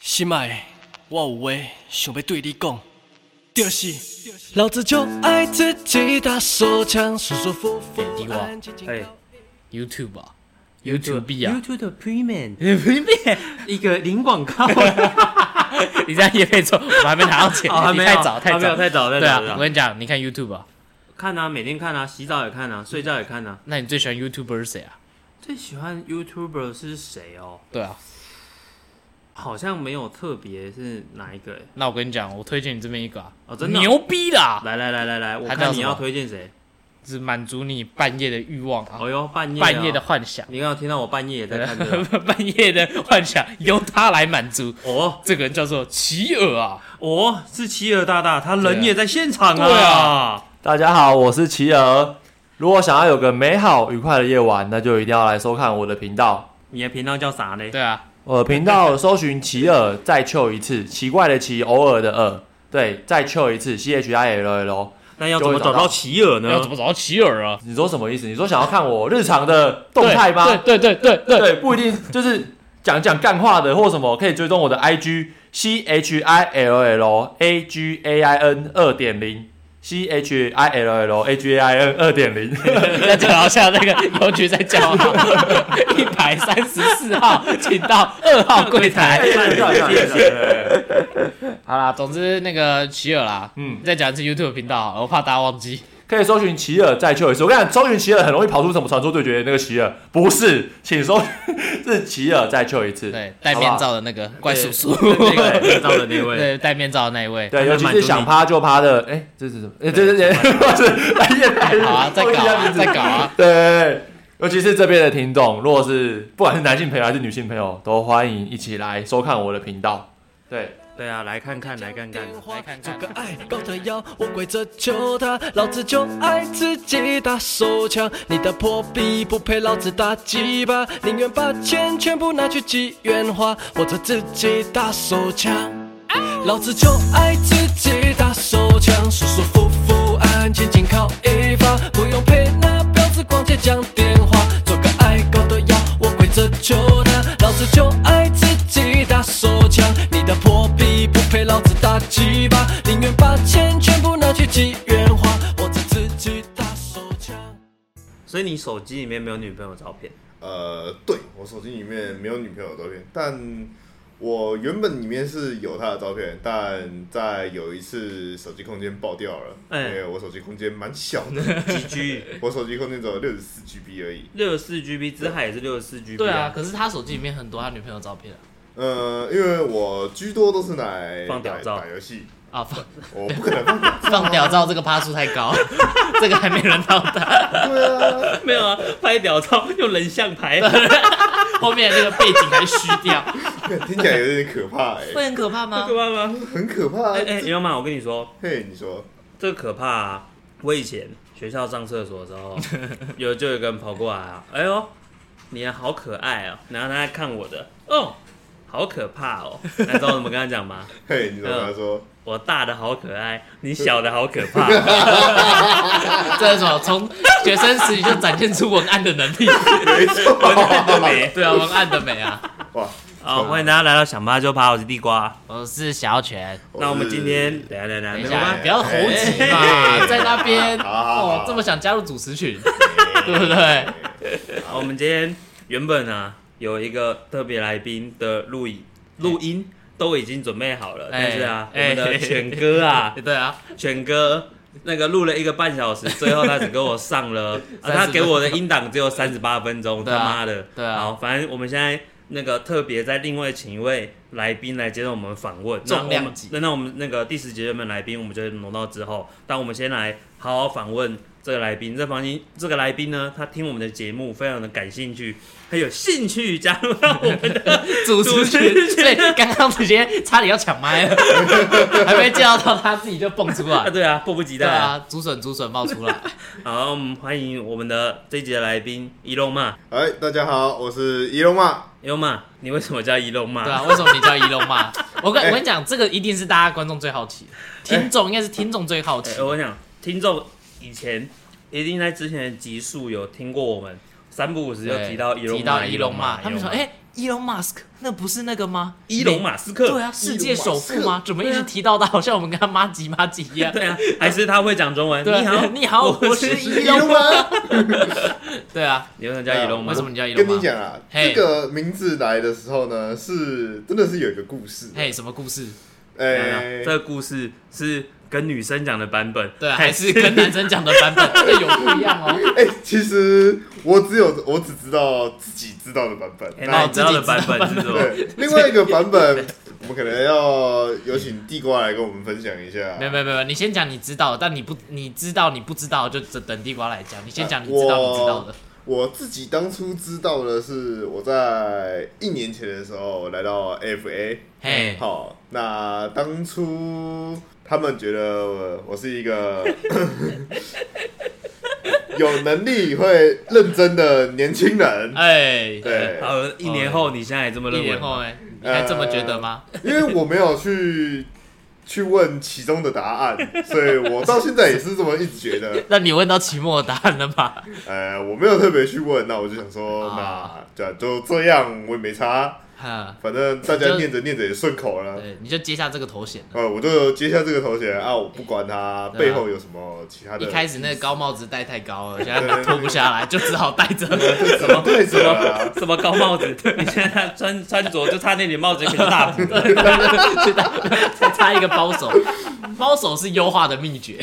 即摆我有话想要对你讲，就是老子就爱自己打手枪，舒舒服服点滴我安安静静哎地 YouTube 啊，YouTube 啊 YouTube 的 Premium ，YouTube， 一个零广 告，你这样也可以做，我还没拿到 钱，哦还哎你没有太早太还没早有太早太早对啊太，早我跟你讲，你看 YouTube 啊，看啊，每天看啊，洗澡也看啊，嗯睡觉也看啊。那你最喜欢 YouTuber 是谁啊？最喜欢 YouTuber 是谁哦？对啊，好像没有特别是哪一个哎。那我跟你讲，我推荐你这边一个啊，哦真的哦牛啊逼啦，来来来来来，我他叫看你什么要推荐谁？是满足你半夜的欲望啊，哦哟，半夜半夜啊的，幻想，你刚刚听到我半夜也在看这 个半夜的幻想由他来满足。哦这个人叫做齐尔啊，哦，是企鹅大大，他人也在现场啊。对啊，大家好，我是奇儿。如果想要有个美好愉快的夜晚，那就一定要来收看我的频道。你的频道叫啥呢？对啊，我的频道搜寻奇尔，再 Q 一次，奇怪的奇，偶尔的尔，对，再 Q 一次，C H I L L。那要怎么就会找找到到企鹅要呢怎？么找到齐尔啊？你说什么意思？你说想要看我日常的动态吗？对对对对对，对，不一定就是讲讲干话的或什么，可以追踪我的 IG C H I L L A G A I N 二点零 C H I L L A G A I N 二点 零。那就好像那个邮局在叫号，一百三十四号，请到二号柜台。好啦，总之那个齐尔啦，嗯再讲一次 YouTube 频道好了，我怕大家忘记。可以搜寻奇尔再救一次。我跟你讲，搜寻奇尔很容易跑出什么传说对决的那个奇尔，不是，请搜是奇尔再救一次。对，戴面罩的那个怪叔叔，那个到的那位， 对，戴面罩的那一位。对，尤其是想趴就趴的，哎，这是什么？哎，这这这，是哎夜台好 啊，再搞啊，再搞啊。对对对，尤其是这边的听众，如果是不管是男性朋友还是女性朋友，都欢迎一起来收看我的频道。 对，对啊，来看看，来看看。来看看做个爱高的腰，我跪着求他，老子就爱自己打手枪。你的破逼不陪老子打几把，宁愿把钱全部拿去几元花，活着自己打手枪。老子就爱自己打手枪，舒舒服服，安安静静靠一发，不用陪那婊子逛街讲电话，做个爱狗的妖，我跪着求他，老子就爱自己打手枪，你的破逼不陪老子打几把，宁愿把钱全部拿去几元花，我着自己打手枪。所以你手机里面没有女朋友照片？呃，对我手机里面没有女朋友的照片，但我原本里面是有她的照片，但在有一次手机空间爆掉了，哎因为我手机空间蛮小的， 几 G？我手机空间只有六十四 GB 而已。六十四 GB，子海也是六十四 GB。对啊，，可是他手机里面很多他女朋友照片啊呃，因为我居多都是来放屌来照打游戏，啊， 放我不可能放屌放屌照这个趴数太 高，这个还没轮到他。对啊，没有啊，拍屌照用人像拍，后面那个背景还虚掉，听起来有点可怕哎、 会很可怕吗可？怕吗？很可怕、哎哎，刘妈，我跟你说，嘿，你说，这个可怕啊！我以前学校上厕所的时候，有就有个人跑过来啊，哎呦，你好可爱哦、然后他在看我的，哦，好可怕哦、你知道我怎么跟他讲吗？嘿，你怎嗯么跟他说？我大的好可爱，你小的好可怕。这是什么？从学生时期就展现出文案的能力，没错，美对啊，文案的美啊。哇，好，欢迎大家来到想趴就趴，我是地瓜。我是小犬，那我们今天等一下等一等下一等一下，下，不要猴急嘛，在那边哎好好好哎哦，这么想加入主持群，对不对？好我们今天原本啊有一个特别来宾的录影录音都已经准备好了，但是啊，我哎们的犬哥 啊， 对啊，犬哥那个录了一个半小时，最后他只给我上 了，啊、 30他给我的音档只有三十八分钟， 对啊他妈的！对啊好，反正我们现在那个特别在另外请一位来宾来接受我们访问，那重量级我们那那我们那个第十节的来宾，我们就挪到之后，但我们先来好好访问这个来宾。这房间这个来宾呢，他听我们的节目非常的感兴趣，他有兴趣加入到我们的，主持群，所以刚刚直接差点要抢 麦了，还没介绍到他自己就蹦出啊 来，对啊，迫不及 对待啊！啊，竹笋竹笋冒出来，好，我们欢迎我们的这一集的来宾伊隆嘛。哎，大家好，我是伊龙嘛。伊隆嘛，你为什么叫伊隆嘛？对啊，为什么你叫伊隆嘛？我哎跟我跟你讲，这个一定是大家观众最好奇的，听众应该是听众最好奇哎，。我跟你讲，听众以前一定在之前的集数有听过我们三不五时就对提到伊隆提嘛到伊隆嘛，他们说，哎， Elon Musk 那不是那个吗？伊隆马斯克，对啊，世界首富吗？怎么一对直啊提到他，好像我们跟他妈吉妈吉一样？对啊，还是他会讲中文。对啊你好， 你好我 是一龙吗？对啊，你为什么叫伊隆马为斯克什么？你叫 Elon 跟你 Musk？讲啊，嘿这个名字来的时候呢，是真的是有一个故事的。嘿，什么故事？等一下哎，这个故事是跟女生讲的版本，对啊，还是跟男生讲的版 本这有不一样哦。哎，其实我只有我只知道自己知道的版本。 哎那哦那你知道的版本是什么？对，另外一个版本，我们可能要有请地瓜来跟我们分享一下。没有没有没有，你先讲你知道的，但你不你知道你不知道，就等等地瓜来讲。你先讲你知道我你知道的。我自己当初知道的是，我在一年前的时候来到 FA。嘿，好，那当初他们觉得我我是一个 有能力、会认真的年轻人。哎，对，好，一年后你现在还这么哦一认为年吗？后哎，你还这么觉得吗？因为我没有去去问其中的答案，所以我到现在也是这么一直觉得。那你问到期末的答案了 吗？呃，我没有特别去问，那我就想说，那啊就就这样，我也没差，哈，反正大家念着念着也顺口了。对，你就接下这个头衔了。呃，我就接下这个头衔啊，我不管它对啊背后有什么其他的。一 开始那个高帽子戴太高了，现对对在对脱不下来，就只好戴着。 怎么对什着啊么？什么高帽子？ 你现在穿穿着就差那顶帽子给大补。再插一个包手，包手是优化的秘诀。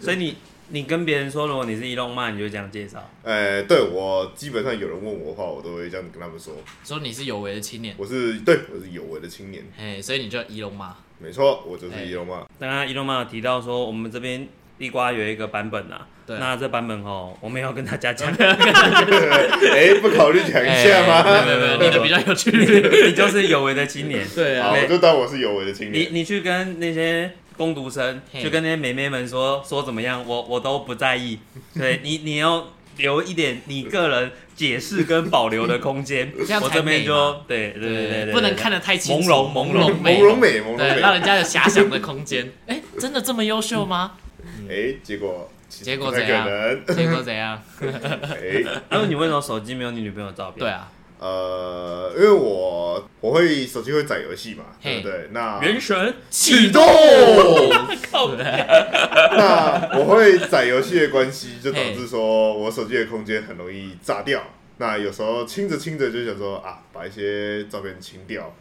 所以你你跟别人说，如果你是伊隆马，你就这样介绍。哎，对我基本上有人问我的话，我都会这样跟他们说，说你是有为的青年，我是对我是有为的青年，哎，所以你叫仪龙嘛？没错，我就是哎伊隆嘛。刚刚伊隆马有提到说，我们这边地瓜有一个版本啊。对那这版本哦，我们要跟大家 讲，哎，不考虑讲一下哎吗？没有没有，没有你的比较有 趣。 你就是有为的青年。对好，啊，我就当我是有为的青你年。你去跟那些攻读生，嘿去跟那些美眉们说说怎么样，我我都不在意。 对你你要留一点你个人解释跟保留的空间。 这样才我这边美就嘛对对对对对，不能对看得太清楚，朦胧朦胧胧 朦胧美，朦胧对，让美。人家有遐想的空间。哎，真的这么优秀吗？哎，结果其实结果不太怎样 可能。结果怎样？哎，然后你为什么手机没有你女朋友照片？对，啊，呃，因为我我会手机会载游戏嘛，嘿对不对？那原 神启动，靠啊那我会载游戏的关系，就导致说我手机的空间很容易炸掉。那有时候清着清着就想说啊，把一些照片清掉。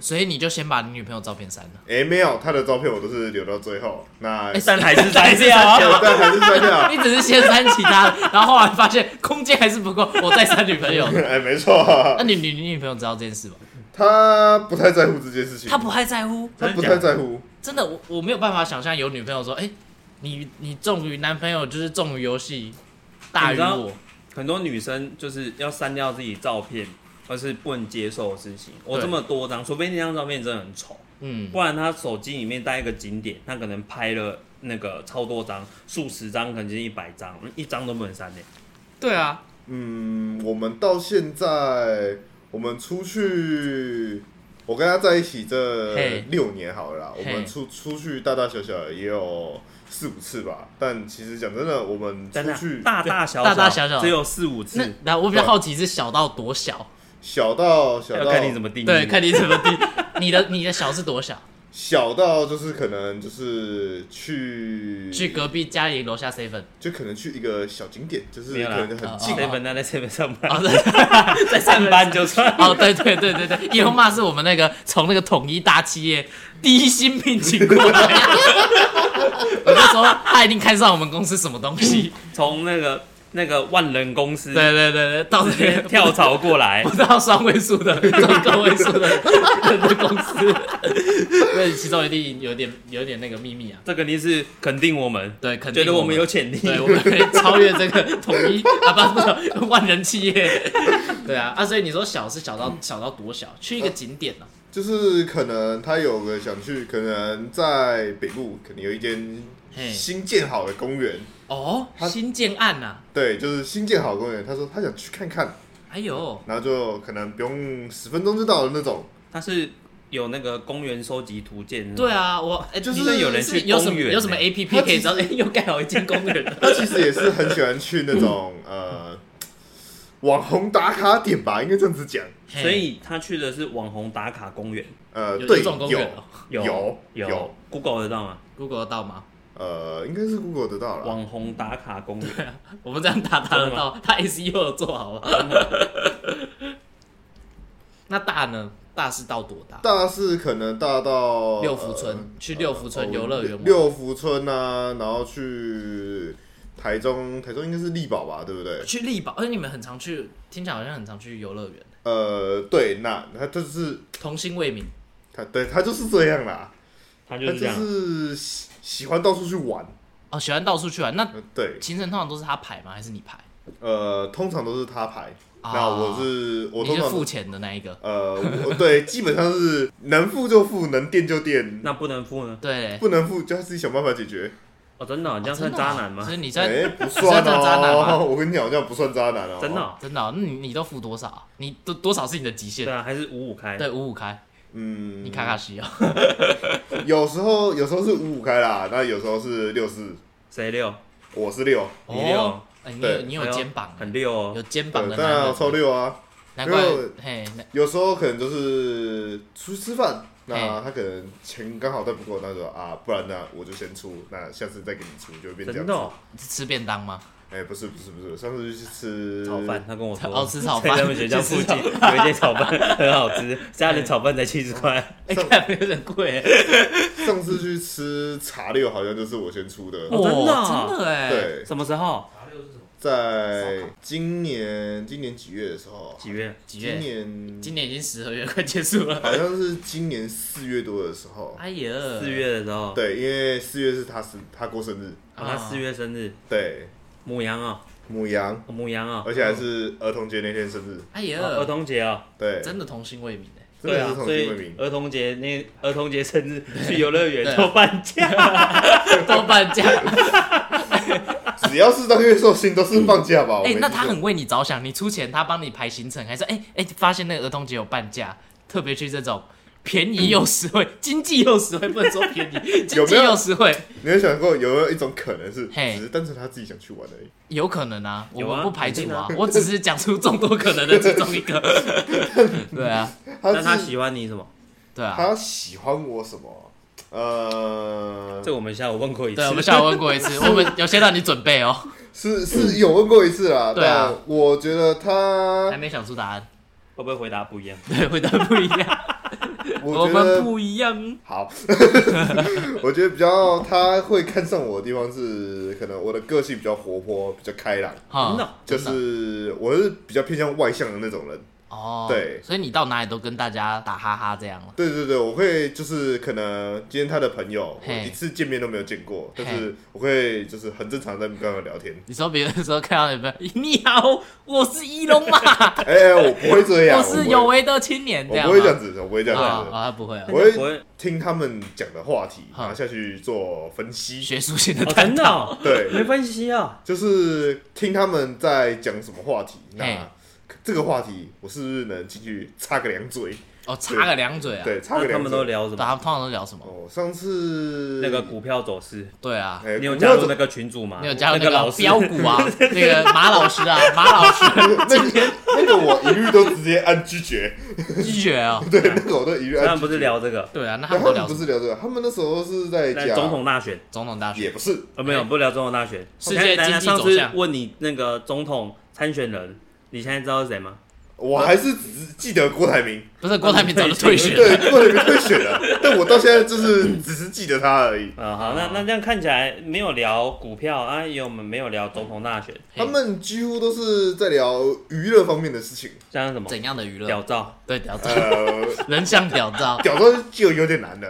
所以你就先把你女朋友照片删了。哎、没有，他的照片我都是留到最后。 那、但还是在还是这删样。掉但还是删掉。 你只是先删其他的，然后后来发现空间还是不够，我再删女 朋友。哎、没错，那你你你女朋友知道这件事吗？他不太在乎这件事情，她不太在乎，他不太在乎。真的，我我没有办法想象有女朋友说，哎、你你重于男朋友就是重于游戏，大于你我。很多女生就是要删掉自己照片，而是不能接受的事情。我对这么多张，除非那张照片真的很丑，嗯，不然她手机里面带一个景点，她可能拍了那个超多张，数十张，可能就是一百张，一张都不能删的。对啊，嗯，我们到现在，我们出去，我跟他在一起这嘿六年好了啦，我嘿们出出去大大小小也有四五次吧。但其实讲真的，我们欸但出是去啊大大小大大小小只有四五那次，那我比较好奇是小到多小？小到小要到看你怎么定义。对，看你怎么定。你的你的小是多小？小到就是可能就是去去隔壁家里楼下 seven，就可能去一个小景点，就是没有可啦哦能很近。谁本来在这边上班，哦，对，在上班就算。哦，对对对对对，伊隆马是我们那个从那个统一大企业低薪聘请过来的，我就说他一定看上我们公司什么东西，从那个那个万人公司对对对对，到直这接边跳槽过来不，到双位数的，到个位 数的人的公司，对，其中一定有点有点那个秘密啊。这肯定是肯定我们，对，肯定觉得我们们有，潜力。对我们可以超越这个 统一啊，不不， 万人企业。对啊，啊，所以你说小是小到小到多小？去一个景点哦呢、就是可能他有个想去，可能在北部，可能有一间嘿新建好的公园。哦，他新建案呐、啊，对，就是新建好的公园。他说他想去看看，哎呦，然后就可能不用十分钟就到的那种。它是有那个公园收集图鉴，对，啊，我哎、就是你真的有人去是有什公么园有什么呢 A P P 他可以 其知道？哎、又盖好一间公园了。他其实也是很喜欢去那种呃网红打卡点吧，应该这样子讲。 嘿所以他去的是网红打卡公园，呃，有对，有这种公园哦有有有 Google 得到吗？ Google 得到吗？呃，应该是 Google 得到了。网红打卡公园，我们这样打打得到，他 SEO 有做好吗？ 那大呢？大是到多大？大是可能大到呃六福村，去哦六福村游乐园玩。六福村啊，然后去台中，台中应该是力宝吧，对不对？去力宝，而且你们很常去，听起来好像很常去游乐园。呃，对，那他就是童心未泯，他，对他就是这样啦，他他就是这就样。是喜喜欢到处去玩。哦，喜欢到处去玩。那呃对，行程通常都是他排吗？还是你排？呃，通常都是他排，啊那我是我你通是常付钱的那一个。呃，我对，基本上是能付就付，能垫就垫，那不能付呢？对，不能付就要自己想办法解决。哦，真的哦，你这样哦真算的渣啊男吗所？以你在哎、不算你算渣男吗哦， 我跟你讲，我这样不算渣男哦，真的。哦？真的哦，那你你都付多少啊？你多多少是你的极对限？啊，还是五五开。对，五五开，嗯，你卡卡西哦。有时候有时候是五五开啦，那有时候是六四，谁六？我是六，你嗯六哦，哎，你有对你有肩膀，很六有哦。肩膀的对，当然男要抽人，六啊。难怪因为嘿，那有时候可能就是出去吃饭，那嘿他可能钱刚好带不够，那就说啊，不然呢我就先出，那下次再给你出，就会变这样真子的。哦，你是吃便当吗？ 哎、不是不是不是，上次去吃炒饭，他跟我说，哦吃炒在饭他们学校附 近有一间炒饭 很好吃，家里炒饭才七十块，哎，上看有点贵耶，上次去吃茶六，好像就是我先出的。 哦真的啊哇真的哎，对， 什么时候？在今年今年几月的时候？啊几月？几月今年今年已经十二月快结束了，好像是今年四月多的时候。哎呀，四月的时候。对，因为四月是他生他过生日，哦，他四月生日，对，母羊哦，母羊，哦母羊哦，而且还是儿童节那天生日，哎呀哦，儿童节哦，对，真的童心未泯哎，真对的啊是，童所心未以泯。儿童节那儿童节生日去游乐园对啊都半 价， 都半 价，只要是当月寿星都是放假吧？我哎没，那记他错很为你着想，你出钱，他帮你排行程，还是哎哎，发现那个儿童节有半价，特别去这种。便宜又实惠，经济又实惠，不能说便 宜，经济又实惠，你有想过有没有一种可能是，嘿只是单纯他自己想去玩而已？有可能啊，我有啊们不排除啊肯，定我只是讲出众多可能的其中一 个。对啊，他那他是喜欢你什么？对啊，他喜欢我什么？呃这，个我们下午问过一次对，我，们下午问过一 次，我们有先让你准备哦，是是有问过一次啦，对啊，我觉得还他，没想出答案， 会不会回答不一样？对，回答不一样，我我觉们得不一样，好， 我觉得比较他会看上我的地方是，可能我的个性比较活泼，比较开朗，哈真的就真的是我是比较偏向外向的那种人。哦，对所以你到哪里都跟大家打哈哈这样了，对对对，我会就是可能今天他的朋友，我嘿一次见面都没有见过，但嘿是我会就是很正常地在跟他们聊天。你说别人说看到你们，你好，我是伊隆马，哎、我不会这样，我我是不有会为的青年，这我样吗不会这样子，我不会这样啊子。啊，不会啊，我不会会听他们讲的话题，哈然后下去做分析。学术性的 哦，探真的 讨，哦，没对，分析哦，就是听他们在讲什么话题，嘿那这个话题我是不是能进去插个两嘴？哦，插个两嘴啊，对，对，插个那他两们都嘴。聊什么？他们通常都聊什么？哦，上次那个股票走势，对啊，哎，你有股加票入走那个群组吗？你有加入那那老个师标股啊，那个马老师啊，马老师那个 那个我一律都直接按拒绝，拒绝啊。对，那个我都一律他按们拒不绝是。聊这个，对啊，那他对们都他聊们什不么是聊这个，他们那时候是在那讲总统大选总统大也学不是，呃没有，不聊总统大选，世界等一下经济上走次向问你那个总统参选人，你现在知道是谁吗？我还是只是记得郭台铭，不是郭台铭早就退学了，对，郭台铭退选了，但我到现在就是只是记得他而已。啊，好，那那这样看起来没有聊股票啊，也有我们没有聊总统大选，嘿他们几乎都是在聊娱乐方面的事情，像是什么怎样的娱乐屌？照，对，屌 照，呃，人像屌照，屌到就有点难了。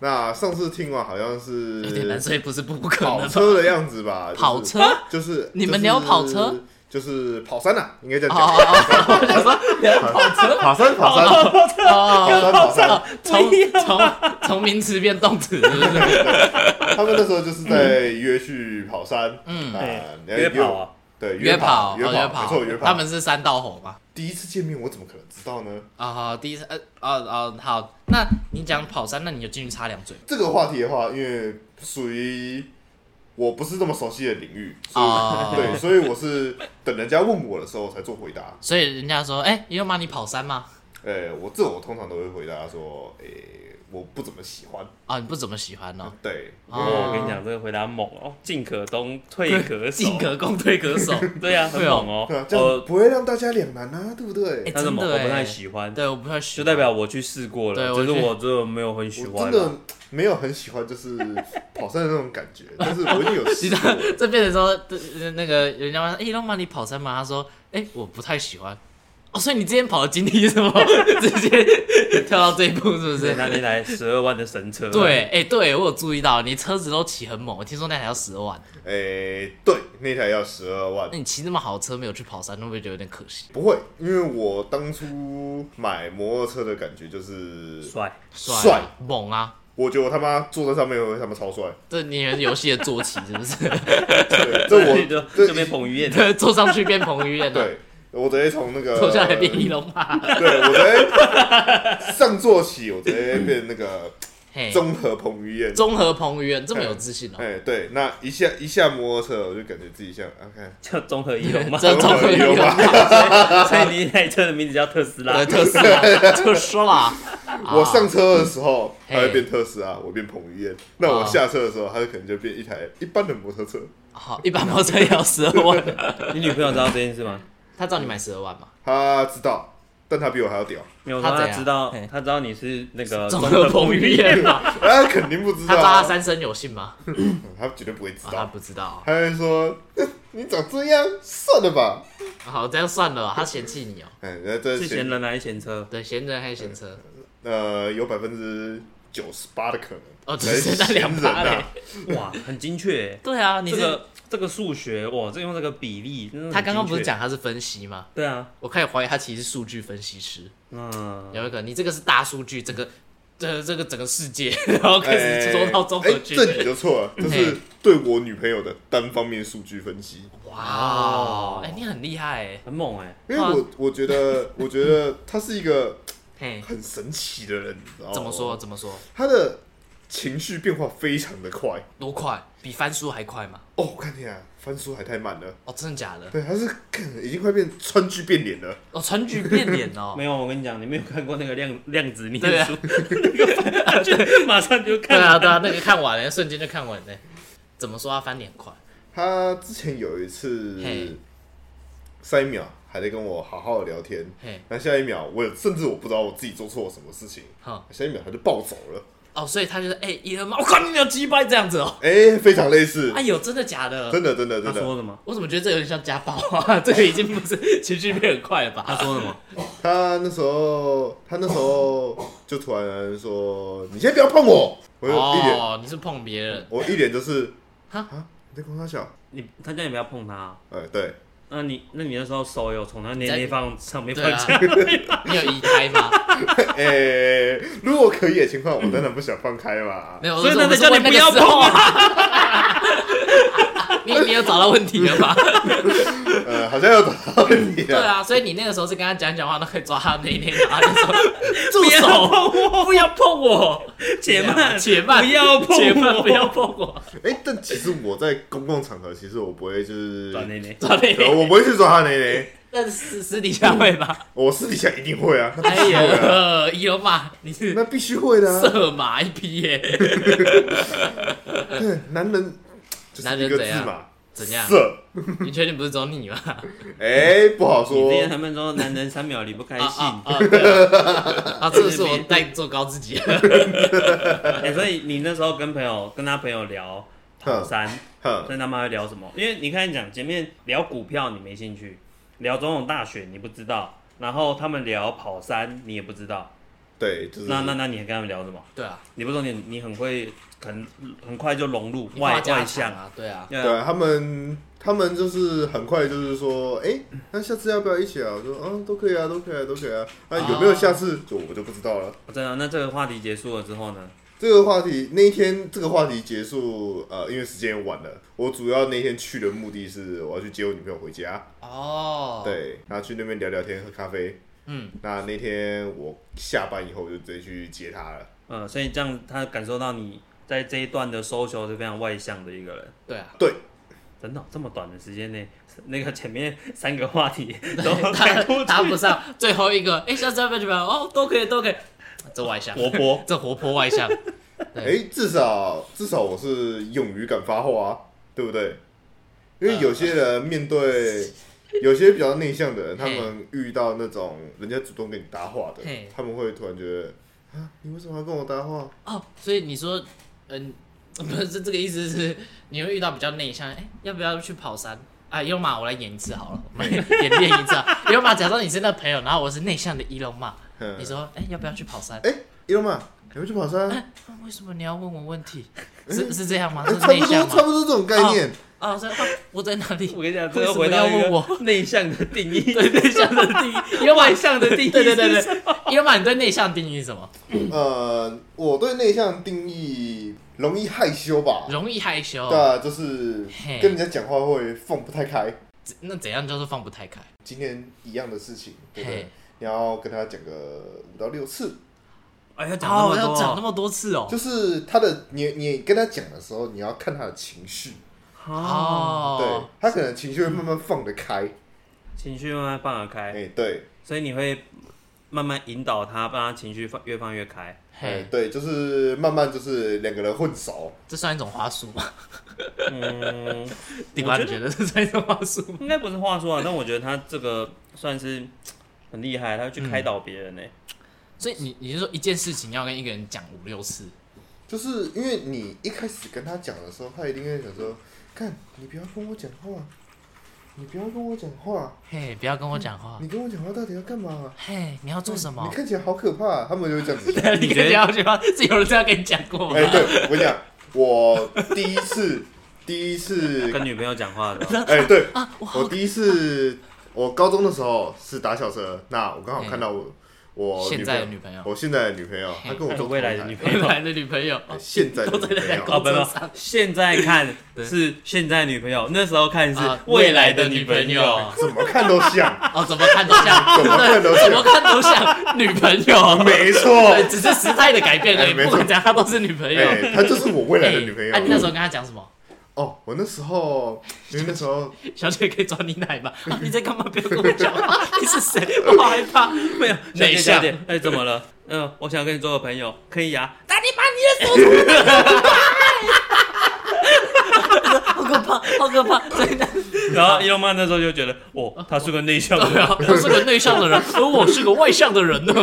那上次听完好像有点难，是所以不是不可跑能吧。车的样子吧？就是跑车？哦就是你们就是聊跑车，就是跑山啊，应该这样讲。哦哦，我想说聊跑车爬山爬山，跑哦，山跑山，从从从名词变动词，是不是？他们那时候就是在约去跑山，嗯啊，约跑啊，对，约跑，约哦约跑没错，约，跑。他们是三道猴嘛？第一次见面，我怎么可能知道呢？啊，好第一次，呃，哦哦，好，那你讲跑山，那你有进去插两嘴吗？这个话题的话，因为属于我不是这么熟悉的领域，所以、哦 对，所以我是等人家问我的时候才做回答。所以人家说，哎、伊优妈你跑山吗？诶、我这我通常都会回答说，诶、我不怎么喜欢。哦，你不怎么喜欢哦。对，哦，我跟你哦，讲，这个回答猛哦，进可攻，退可守，进可攻，退 可守。哎对啊，很猛哦对啊，，这样哦，不会让大家两难啊，对不对？哎但是猛，真的我欸不太喜欢，对，我不太喜就欢，代表我去试过对了，我只是去我真的没有很喜我欢真啦的。没有很喜欢，就是跑山的那种感觉，但是我已经有试过了。这变成说，呃那个人家问，哎、伊优妈你跑山吗？他说，哎、我不太喜欢。哦，所以你之前跑的经历是什么？ 直接跳到这一步是不是？那你来十二万的神车，啊对，，哎、对我有注意到，你车子都骑很猛，我听说那台要十万。诶、哎对，那台要十二万那。你骑那么好的车没有去跑山，会不会觉得有点可惜？不会，因为我当初买摩托车的感觉就是，帅，帅猛啊！我觉得我他妈坐在上面我会他妈 超帅。这你们游戏的坐骑是不是？ 对，这就我就被彭于晏，对，坐上去变彭于晏了，啊对，呃我直接从那个坐下来变翼龙马。对我直 接上座起，我直接变那个嘿，综合彭于晏。哎综合彭于晏这么有自信哦、哎、对，那一下一下摩托车，我就感觉自己像啊，看叫综合一龙 嘛，这综合彭于晏吧。所以你那台车的名字叫特斯拉啊对，，特斯拉，特斯拉。我上车的时候，嘿它会变特斯拉，我变彭于晏。那啊我下车的时候，它就可能就变一台一般的摩托车。好，一般摩托车也要十二万，你女朋友知道这件事吗？他找你买十二万嘛？他知道，但他比我还要屌，没有，他他怎样知道嘿，他知道你是那个综合彭于晏嘛？他肯定不知他道知道他啊，三生有幸吗？他绝对不会知啊，他道。不知道。他会说：“ 你长这样，算了吧。好，这样算了，他嫌弃你哦、”哎，那这是嫌人还是嫌车？对，嫌人还是嫌车？呃，有百分之九十八的可能哦只来剩下嫌2%人啊嘞哇，很精确欸，对啊，你这是、个这个数学，哇，这用这个比例，真的很他刚刚不是精确？讲他是分析吗？对啊，我开始怀疑他其实是数据分析师，嗯，有一个你这个是大数据，这个这这个整个世界， 然后开始哎做到综合哎区。这你就错了，这是嘿对我女朋友的单方面数据分析。哦哇，哎，你很厉害哎，很猛哎，因为我我觉得，我觉得他是一个嘿，很神奇的人，你知道吗？怎么说？怎么说？他的情绪变化非常的快。多快？比翻书还快吗？哦，我看你啊，翻书还太慢了。哦，真的假的？对，他是看已经快变川剧变脸了。哦，川剧变脸哦没，有，我跟你讲，你没有看过那个量量子对念啊书，那个就马上就对看啊了。对啊，那个看完了，瞬间就看完了。怎么说他翻脸快？他之前有一次嘿，上一秒还在跟我好好的聊天，嘿，那下一秒我甚至我不知道我自己做错了什么事情，哈下一秒他就暴走了。哦，所以他就是哎，一二妈，我靠，你要击败这样子哦。哎、非常类似哎，呦，真的假的？真的真的他真说的。什么？我怎么觉得这有点像家暴啊？ 这个已经不是情绪变很快了吧？他说什么？他那时候他那时候 就突然说：“你先不要碰我！” 我就一脸、哦，你是碰别人，我一脸就是哈啊，你在跟他小。你他叫你不要碰他啊。哎、对， 那你那你那时候手有从他内在内放上面放对啊下，，你有移开吗？ 哎、如果可以的情况，我当然不想放开嘛。没有，所以我那是才说叫我你是问那不个要时碰候啊。啊。 你你有找到问题了吧？呃，好像有找到你 对了。啊，所以你那个时候是跟他讲讲话，都可以抓他那一天，然后就说住 手，不要碰我，且慢，且慢，不要碰我且慢，不要碰我，哎、但其实我在公共场合，其实我不会就是，转内内，抓那呃天。我不会去抓他奶奶，但私私底下会吧？我私底下一定会啊，哎呀，有嘛？你是那必须会的、啊。色马一批耶？ 对男人就是男一人个怎字样嘛，怎样？色。你确定不是只有你吗？哎、不好你之前说。他们说男人三秒离不开啊性，啊啊！对啊，啊这个 是我在做高自己。啊哎所以你那时候跟朋友跟他朋友聊跑山，哼，跟他们会聊什么？因为你看你讲前面聊股票你没兴趣，聊总统大选你不知道，然后他们聊跑山你也不知道，对，就是那那那你还跟他们聊什么？对啊，你不是说你你很会很很快就融入你话外家外常向，啊，对啊，对啊对他们，他们就是很快就是说，哎、那下次要不要一起啊？我说，嗯，都可以啊，都可以啊，都可以啊。那、有没有下次，就我就不知道了。真的。那这个话题结束了之后呢？这个话题那一天这个话题结束，呃，因为时间晚了，我主要那天去的目的是我要去接我女朋友回家，哦，，对，然后去那边聊聊天，喝咖啡。嗯，那那天我下班以后我就直接去接她了。呃嗯，所以这样他感受到你在这一段的 social 是非常外向的一个人。对啊，真的哦、这么短的时间内，那个前面三个话 题都他赶不答不去上最后一个，哎、下次要不要去玩？哦，都可以，都可以，这外向，活泼， 这活泼外向，哎、至少至少我是勇于敢发话啊，对不对？因为有些人面对 有些比较内向的人，他们遇到那种人家主动跟你搭话的嘿，他们会突然觉得啊，你为什么要跟我搭话？哦，所以你说，嗯， 不是这个意思是，你会遇到比较内向，哎、要不要去跑山？啊，优马，我来演一次 好了，我们演练一次啊。优马，假装你是那朋友，然后我是内向的伊隆马，嗯你说，哎、要不要去跑山？哎、伊龙嘛，你们去跑嗯山？哎为什么你要问我问题？是是这样吗？哎嗯是差内不多向差吗？不多这种概念。啊，是啊我在哪里？我跟你讲，这为个什回么到要一问个我？内向的定义， 对内向的定义，伊隆马外向的定义， 对对对对，伊隆马，你对内向定义是什么？呃，我对内向的定义容易害羞吧？容易害羞。对啊，就是嘿跟人家讲话会放不太开。怎那怎样叫做放不太开？今天一样的事情，对不对嘿？你要跟他讲个五到六次，哎呀，讲那哦，么要多讲那哦，么多次哦。就是他的你你跟他讲的时候，你要看他的情绪，对嗯哦，他可能情绪会慢慢放得开。情绪慢慢放得嗯哎、开，对，所以你会慢慢引导他，让他情绪放越放越开。哎、嘿，对，就是慢慢就是两个人混熟，这算一种话术吗？嗯，顶呱，你觉得这算一种话术 吗？应该不是话说啊，但我觉得他这个算是很厉害，他会去开导别人呢、欸所以你你是说一件事情要跟一个人讲五六次？就是因为你一开始跟他讲的时候，他一定会想说，看你不要跟我讲话，你不要跟我讲话，嘿，不要跟我讲话。你跟我讲话到底要干嘛、嘿，你要啊做什么你？看起来好可怕、他们就会 这样子想。你跟人家去吗？是有人这样跟你讲过吗哎、？对我跟你讲，我第一次， 第一次跟女朋友讲话的，哎、对啊我我第一次，我高中的时候是打小车，那我刚好看到我、我现在的女女朋友我现在的女朋友，她跟我还有做哦未来的女友，朋 未友。来的女朋友哎现在的 都女在朋两友个哦，没有，没有上现在看对是现在女朋友，那时候看是啊未来的女朋未来的女友朋。怎么看都像， 哦，怎么看都像， 怎么看都怎么像，看都像女朋友。没错，对，只是时代的改变而已。哎没错不管怎样，她都是女朋友。哎、她就是我未来的嘿女朋友。啊，你那时候跟她讲什么？哦，我那时候因为那时候小姐可以抓你奶吗？啊、你在干嘛？不要跟我讲话！你是谁？我好害怕。没有小内姐小向，姐，哎，怎么了？嗯，我想跟你做个朋友，可以啊呀、那你把你的手出来！好可怕，好可怕！真的，然后伊隆曼那时候就觉得，哦，他是个内向的对人啊，，我是个内向的 人，而我是个外向的人呢。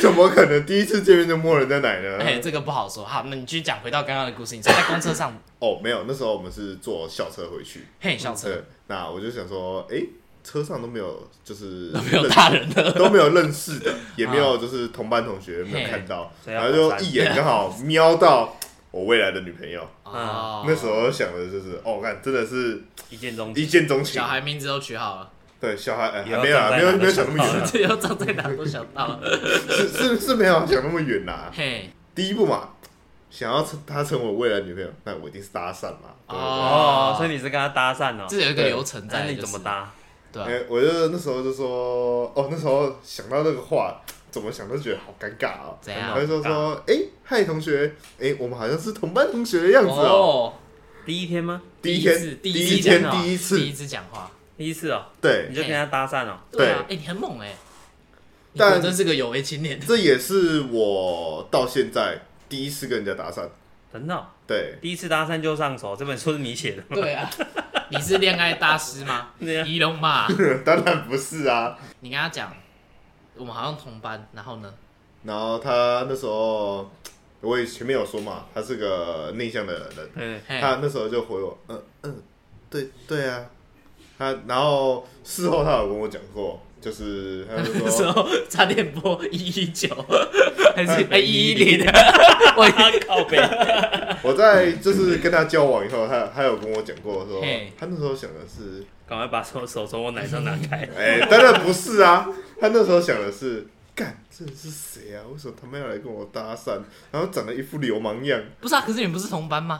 怎么可能第一次见面就摸人家奶呢？哎、这个不好说。好，那你继续讲，回到刚刚的故事。你说在公车上，哦，没有，那时候我们是坐校车回去，嘿，校车对，那我就想说，哎、车上都没有，就是都没有大人的，都没有认识 的，也没有就是同班同学没啊有嘿看到，谁要然后就一眼刚好瞄到我未来的女朋友。哦，那时候想的就是，哦，看真的是一见钟一情。见钟情。小孩名字都取好了，对小孩，哎也要还没有站啊，没在哪有没个有想那么远啊，这 要站在哪都想到了。是是是没有啊想那么远呐。嘿，第一步嘛，想要成她成为我未来女朋友，那我一定是搭讪嘛。对不对啊哦，所以你是跟他搭讪哦？这有一个对流程在那，你就是怎么？搭？对啊、哎，我就那时候就说，哦，那时候想到那个话，怎么想都觉得好尴尬哦。怎样我就说说，哎，嗨同学，哎，我们好像是同班同学的样子哦。哦，第一天吗？啊第一次天，第一次天讲，话第一第一次，次讲话，第一次哦，对你，就跟他搭讪哦。对啊，哎、你很猛哎、你但果真是个有为青年。这也是我到现在第一次跟人家搭讪。真的哦、对， 第一次搭讪就上手，这本书是你写的 吗？对啊，你是恋爱大师吗？对啊仪容嘛，当然不是啊。你跟他讲，我们好像同班，然后呢？然后他那时候，我也前面有说嘛，他是个内向的人，对，嘿，他那时候就回我，嗯嗯，对对啊。他然后事后他有跟我讲过，就是他就 那时说，候差点播一一九，还是哎哎一一零的， 我他靠背，我在就是跟他交往以后，他他有跟我讲过说嘿，他那时候想的是赶快把手手从我奶上拿开。哎、当然不是啊， 他那时候想的是，干，这人是谁啊？为什么他们要来跟我搭讪？然后长得一副流氓样。不是啊？可是你们不是同班吗？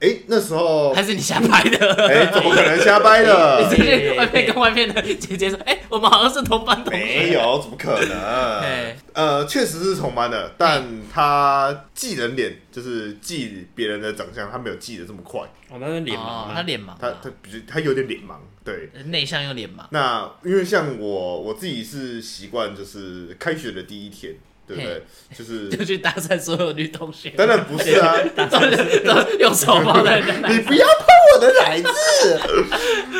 哎、那时 候还是你瞎拍的？哎、怎么可能瞎掰你 的？直接外面跟外面的姐姐说，哎、我们好像是同班同没学。有，怎么可能 哎？呃，确实是同班的，但他记人脸，就是记别人的长相，他没有记得这么快。我那是脸哦盲，他啊，脸盲啊，他他比较他有点脸盲，对。内向又脸盲。那因为像我我自己是习惯，就是开学的第一天，对不对？就 是就去搭讪所有女同学，当然不是 啊，都是都是用手抱在人 家你不要碰我的奶子。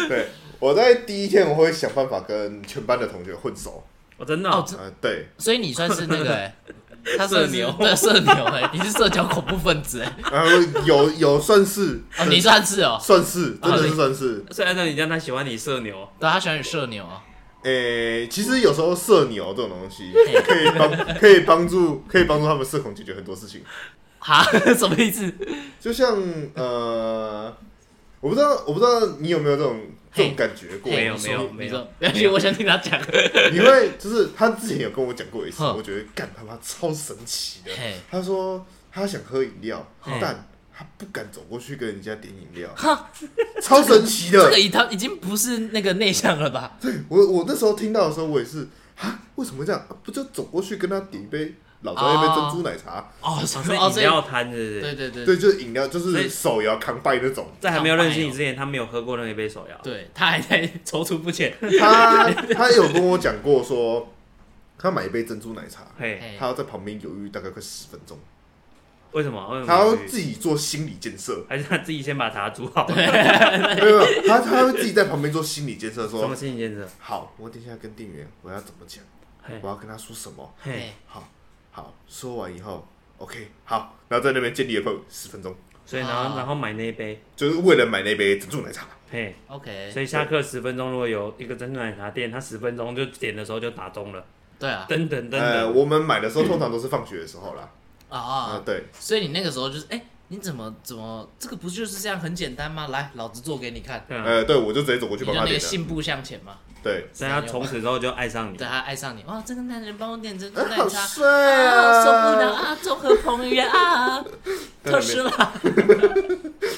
对，我在第一天我会想办法跟全班的同学混熟。我真的哦哦，这呃，对，所以你算是那个、 欸，他算是社牛对社牛哎、欸，你是社交恐怖分子哎、 欸，然后有有算是哦，你算是哦、算是真的啊是你算是。所以按照你这样，他喜欢你社牛，对，他喜欢你社牛啊、诶、其实有时候社牛这种东西嘿可以 帮可以帮助可以帮助他们社恐解决很多事情。哈， 什么意思？就像呃，我不知道，我不知道你有没有这种这种感觉过？没有嘿没有你说没有你说，没关系，我想听他讲。你会就是他之前有跟我讲过一次，哼我觉得干他妈超神奇的嘿。他说他想喝饮料，嘿但他不敢走过去跟人家点饮料，哈，超神奇这个的。已他已经不是那个内向了吧？我我那时候听到的时候，我也是啊，为什么会这样？啊不就走过去跟他点一杯老张一杯珍珠奶茶？哦，哦所所以哦，饮所以料摊是不对是？对对对，就是饮料，就所是以手摇扛拜那种。在还没有认识你之前，他没有喝过那一杯手摇。对，他还在踌躇不前。他他有跟我讲过说，他买一杯珍珠奶茶，嘿，嘿他要在旁边犹豫大概快十分钟，为什么？为什么？他要自己做心理建设，还是他自己先把茶煮好？没有没有，他他会自己在旁边做心理建设， 什么说心理建设？好，我等一下跟店员我要怎么讲，嘿我要跟他说什么，嘿，好好说完以后，OK，好，然后在那边建立了快十分钟，所以然啊后然后买那一杯，就是为了买那杯珍珠奶茶，嘿，所 OK，以下课十分钟，如果有一个珍珠奶茶店，他十分钟就点的时候就打钟了，对啊，噔噔噔呃，噔。我们买的时候通常都是放学的时候啦，啊啊啊，对，所以你那个时候就是，哎、你怎么怎么，这个不就是这样很简单吗？来，老子做给你看，嗯呃，对我就直接走过你就去帮他那点个了，信步向前嘛。对，所以他从此之后就爱上你对。啊他爱上你，哇，这个男人帮我点珍珠 啊奶好茶，帅啊，啊，受不 了啊，综合彭于晏啊，特失了，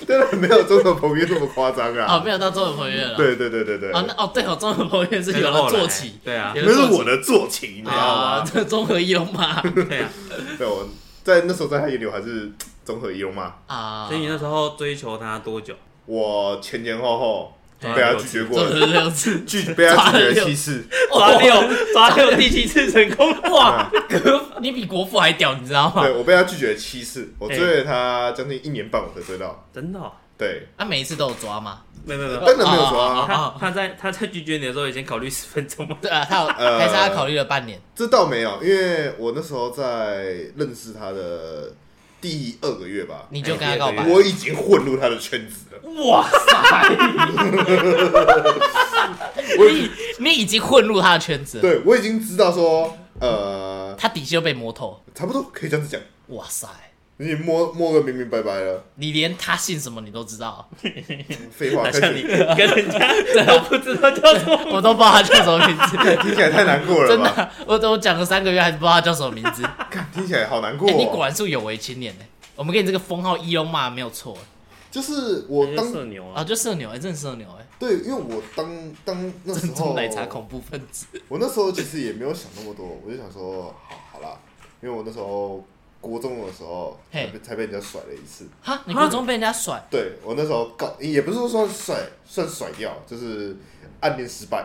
当然没有中国朋友那么夸张啊。 哦，没有到综合彭于晏了，，对对对对对，哦，那哦对哦，综合彭于晏是有那个了后来坐骑，对啊有那了坐骑是我的坐骑，你知道啊， 吗？这综合一龙 马对啊，对，我在那时候在他眼里我还是综合一龙嘛，啊，所以你那时候追求他多久？我前前后后啊对被他拒绝过综合，六次，拒被他拒绝了七次， 抓六，抓六第七次成功了。哇，你比国父还屌，你知道吗嗯对？我被他拒绝了七次，我追了他将近一年半我才追到， 真的哦？对，他啊每一次都有抓吗？没有没有没有当然没有说啊，他他在他在拒绝你的时候，已经考虑十分钟吗？对啊，他有，呃还是他考虑了半年，这倒没有，因为我那时候在认识他的第二个月吧，你就跟他告白，我已经混入他的圈子了，哇塞！你你已经混入他的圈子了，对我已经知道说，呃，他底细都被摸透，差不多可以这样子讲，哇塞！你摸摸个明明白白了，你连他姓什么你都知道，废话，哪开像你始跟人 家都不知道叫什 么，我都不知道他叫什么名 字。 听起来太难过了真吧？的，我我讲了三个月还是不知道他叫什么名字。看听起来好难过、哎、你果哦。然是有为青年呢、我们给你这个封号伊隆骂没有错就是我当社牛啊啊，！就社牛哎、真的社牛哎、对，因为我当当那时珍珠候，奶茶恐怖分 子我那时候其实也没有想那么多，我就想说，好好啦，因为我那时候国中的时候才嘿被才被人家甩了一次。哈，你国中被人家甩，对我那时候告，也不是说算甩，算甩掉，就是暗恋失败，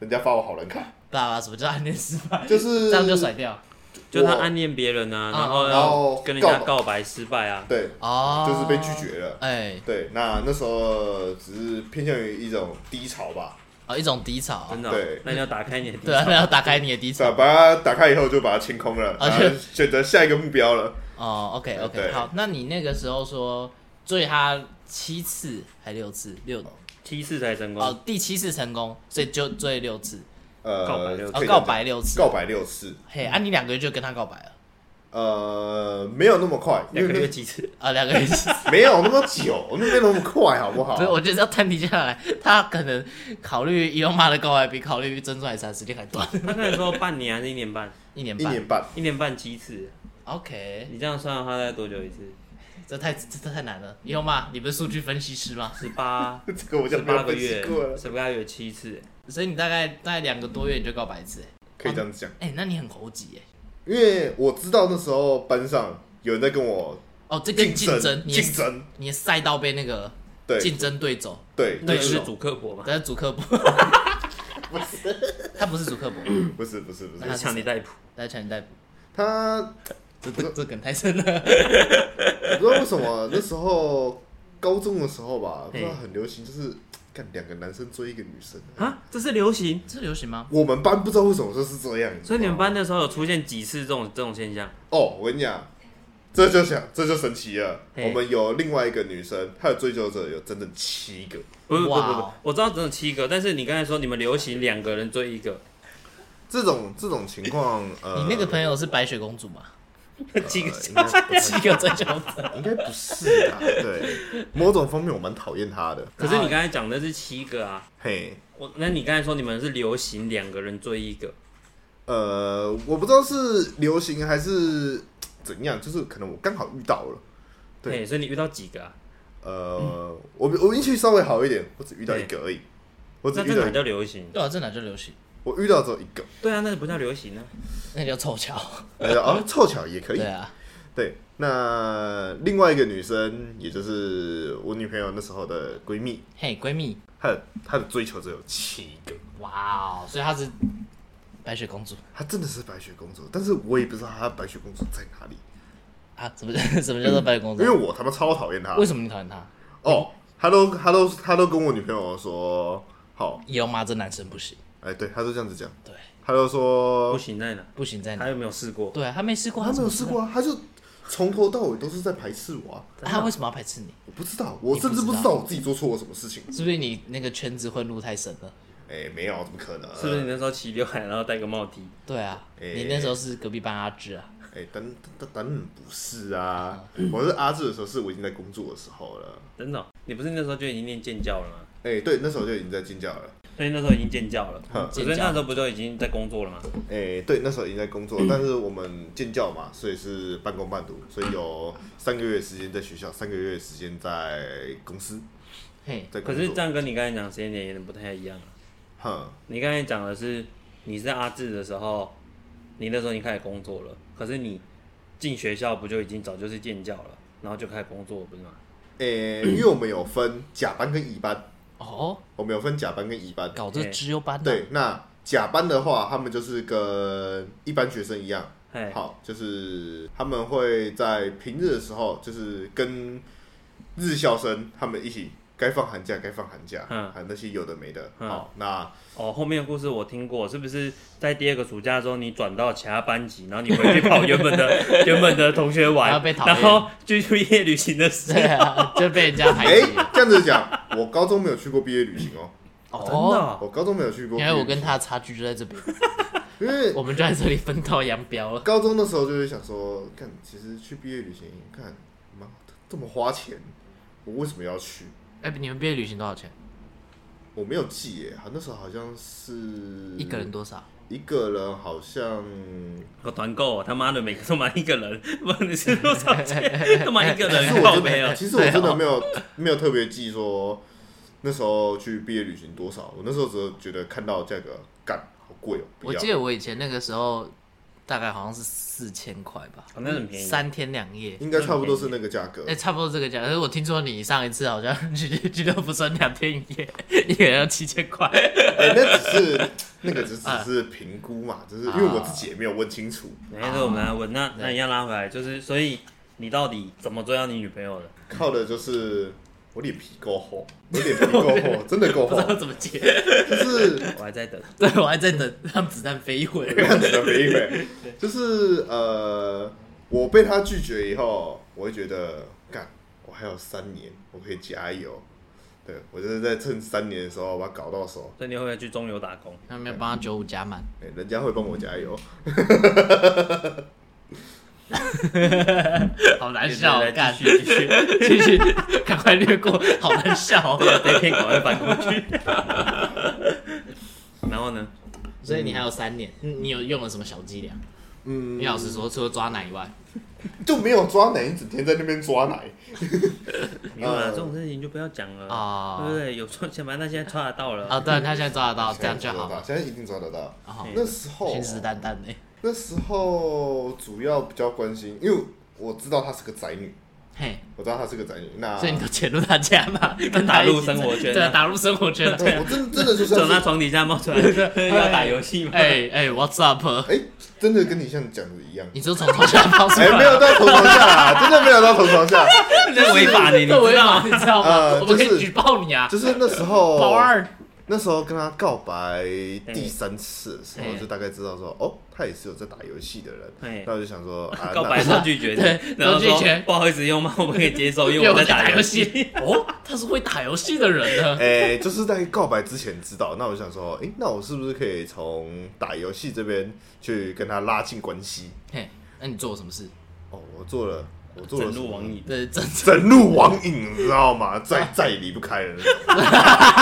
人家发我好人卡，爸爸什么叫暗恋失败？就 是这样就甩掉就他我暗恋别人啊，啊然后然后要跟人家告告白失败啊。对，哦，就是被拒绝了。哎、对，那那时候只是偏向于一种低潮吧，哦，一种低潮，真的哦、对那你要打开你的低对啊，那潮。要打开你的低潮哦把把它打开以后就把它清空了，而然且后选择下一个目标了。哦。OK 对 OK，好，那你那个时候说追他七次还六次六嗯七次才成哦功，第七次成功，所以就追六次呃，告白六次哦可以这样告白六次，告白六次，嘿啊，你两个月就跟他告白了。呃，没有那 么快，因两为个那月几次？啊，两个月 起，没有那么久，那没有那么快，好不 好所以？我就是要探底下来，他可能考虑伊隆马的告白比考虑珍珠奶茶时间还短，他那时候半年还是一年半？一年 一半。年半，一年半七次， OK，你这样算的话，大概多久一次？这太这这太难了。以后嘛，你不是数据分析师吗？十 八这个我就十没有八个分析月过了，十八个月七次，所以你大概大概两个多月你就告白一次、欸，可以这样子讲。哎、那你很猴急哎、因为我知道那时候班上有人在跟我哦，这跟竞竞争争，，你的竞争，你的赛道被那个对竞争对手，对那对个是手主客博嘛，但是主客博，他不是主客博，不是不是不是那，他是强力逮捕。来强你逮捕，他这这这梗太深了。我不知道为什么啊那时候高中的时候吧，不知道哎嘿很流行，就是看两个男生追一个女生。啊，这是流行，这流行吗？我们班不知道为什么就是这样，所以你们班的那时候有出现几次这种这种现象？哦，我跟你讲，这就想这就神奇了。嘿哎我们有另外一个女生，她的追求者有整整七个，不是不是哇不哦是，不是我知道只有七个，但是你刚才说你们流行两个人追一个，这种这种情况，呃，哎你那个朋友是白雪公主吗？七 个应该不七个追求者，应该不是啊，对，某种方面我蛮讨厌她的，可是你刚才讲的是七个啊，嘿。我那你刚才说你们是流行两个人追一个，呃，我不知道是流行还是怎样，就是可能我刚好遇到了。对对，所以你遇到几个啊？呃，我我运气稍微好一点，我只遇到一个而已，我只那遇这到哪一个，叫流行？对啊，这哪叫流行？我遇到只有一 个，对啊，那不叫流行啊。那叫凑巧。呃，啊，凑巧也可以对。啊，对，那另外一个女生，也就是我女朋友那时候的闺蜜，嘿，闺蜜，她的她的追求者有七个，哇哦，所以她是白雪公主她真的是白雪公主，但是我也不知道她白雪公主在哪里，啊？什么什么叫做白雪公因主为？我他妈超讨厌她为。什么你讨厌她？哦，她都她都她都跟我女朋友说，好，以后骂这男生不行，哎，对，她都这样子讲。对，他就不说行在哪？不行在他哪？有没有试过？对啊，他没试过，他没有怎么试过啊，他就从头到尾都是在排斥我啊。知道，他为什么要排斥你？我不知道，我你不甚至不知知道道我自己做错了什么事情。是不是你那个圈子混入太深了？哎，没有，怎么可能？是不是你？那时候齐刘海，然后戴个帽 T？对啊，诶你那时候是隔壁班阿志啊，哎，当当当然不是啊！我是阿志的时候，是我已经在工作的时候了。真的哦、你不是那时候就已经念建教了吗？哎，对，那时候就已经在进教了。所以那时候已经建教了，哼所以那时候不就已经在工作了吗？哎，对，那时候已经在工作，但是我们进教嘛，所以是半工半读，所以有三个月时间在学校，三个月时间在公司，嘿，在可工是作。这样跟你刚才讲时间点有点不太一样啊。哼，你刚才讲的是你是阿志的时候，你那时候已经开始工作了，可是你进学校不就已经早就是建教了，然后就开始工作了不是吗？哎，因为我们有分甲班跟乙班，哦，我们有分甲班跟乙班。搞这资优班的，对，那甲班的话，他们就是跟一般学生一样，哎，好，就是他们会在平日的时候，就是跟日校生他们一起，该放寒假该放寒假，嗯还有那些有的没的。嗯好，那哦，后面的故事我听过，是不是在第二个暑假的时候你转到其他班级，然后你回去跑原本的原本的同学玩然后被，讨厌然后去毕业旅行的时候 对，啊，就被人家排哎、挤。这样子讲，我高中没有去过毕业旅行哦，真的哦、哦，我高中没有去因过毕业为旅行。我跟他的差距就在这 边，因为我们就在这里分道扬镳了。高中的时候就是想说，看，其实去毕业旅行，看，妈这么花钱，我为什么要去？哎，你们毕业旅行多少钱？我没有记耶，好那时候好像是一个人多少？一个人好像我团购，他妈的每个都买一个人，不然你是多少钱？他妈一个其实人我靠啊真 没有的，，哎其实我真的没有没有特别记说那时候去毕业旅行多少，我那时候只是觉得看到价格，干好贵哦、不我要记。得我以前那个时候，大概好像是四千块吧，哦那很便宜三天两夜。应该差不多是那个价格哎、，差不多这个价。可是我听说你上一次好像 去俱乐部算两天一夜，一个人要七千块。哎，那只是那个只只是评估嘛，就是因为我自己也没有问清楚。没事，我们啊来问，那那一样拉回来，就是所以你到底怎么追到你女朋友的？靠的就是我脸皮够厚，我脸皮够厚，真的够 不知道厚，怎么接，就是我还在等，对我还在等让子弹飞一会儿。看的每一回，就是呃，我被他拒绝以后，我会觉得，干，我还有三年，我可以加油。对我就是在趁三年的时候把它搞到手，所以你会不会去中游打工？ 那有没有帮他九五加满？哎、人家会帮我加油。好难笑哦，对对干对继续继续，继续，赶快略过，好难笑哦。被骗狗会反过去。 然后呢？嗯所以你还有三年，你有用了什么小伎俩？嗯你老实说，除了抓奶以外，就没有抓奶，你整天在那边抓奶。没有啦，这种事情就不要讲了呃啊对不对？有抓，反正他现在抓得到了。啊，对，他现在抓得到，这样就好抓得了。到现在嗯一定抓得到。啊，那时候信誓旦旦的，那时候主要比较关心，因为我知道她是个宅女，嘿，我知道她是个宅女。那所以你都潜入他家嘛，跟他打入一起在生活圈啊对，打入生活圈了。对我真真的就从 像他是，床底下冒出来，要打游戏吗？哎哎，What's up？哎，真的跟你像讲的一样。你就从头下抛出 哎，没来，有到头床下啦，真的没有到头 床下。这违法的，你知这违道法，吗？你知道吗？呃我们可就以是举报你啊，就是那时候，保二。那时候跟她告白第三次的时候，哎就大概知道说，哦，她也是有在打游戏的人哎。那我就想说，啊， 告白那说拒绝对，然后说说拒绝不好意思用吗？我们可以接 受，因因为为我我在在打游游戏。戏。哦，他是会打游戏的人呢。 哎、就是在告白之前知道，那我就想说，哎、那我是不是可以从打游戏这边去跟他拉近关系？嘿，那你做了什么事？哦，我做了，我做了整路网瘾， 瘾，对，真整路网瘾，你知道吗？ 再再也离不开了。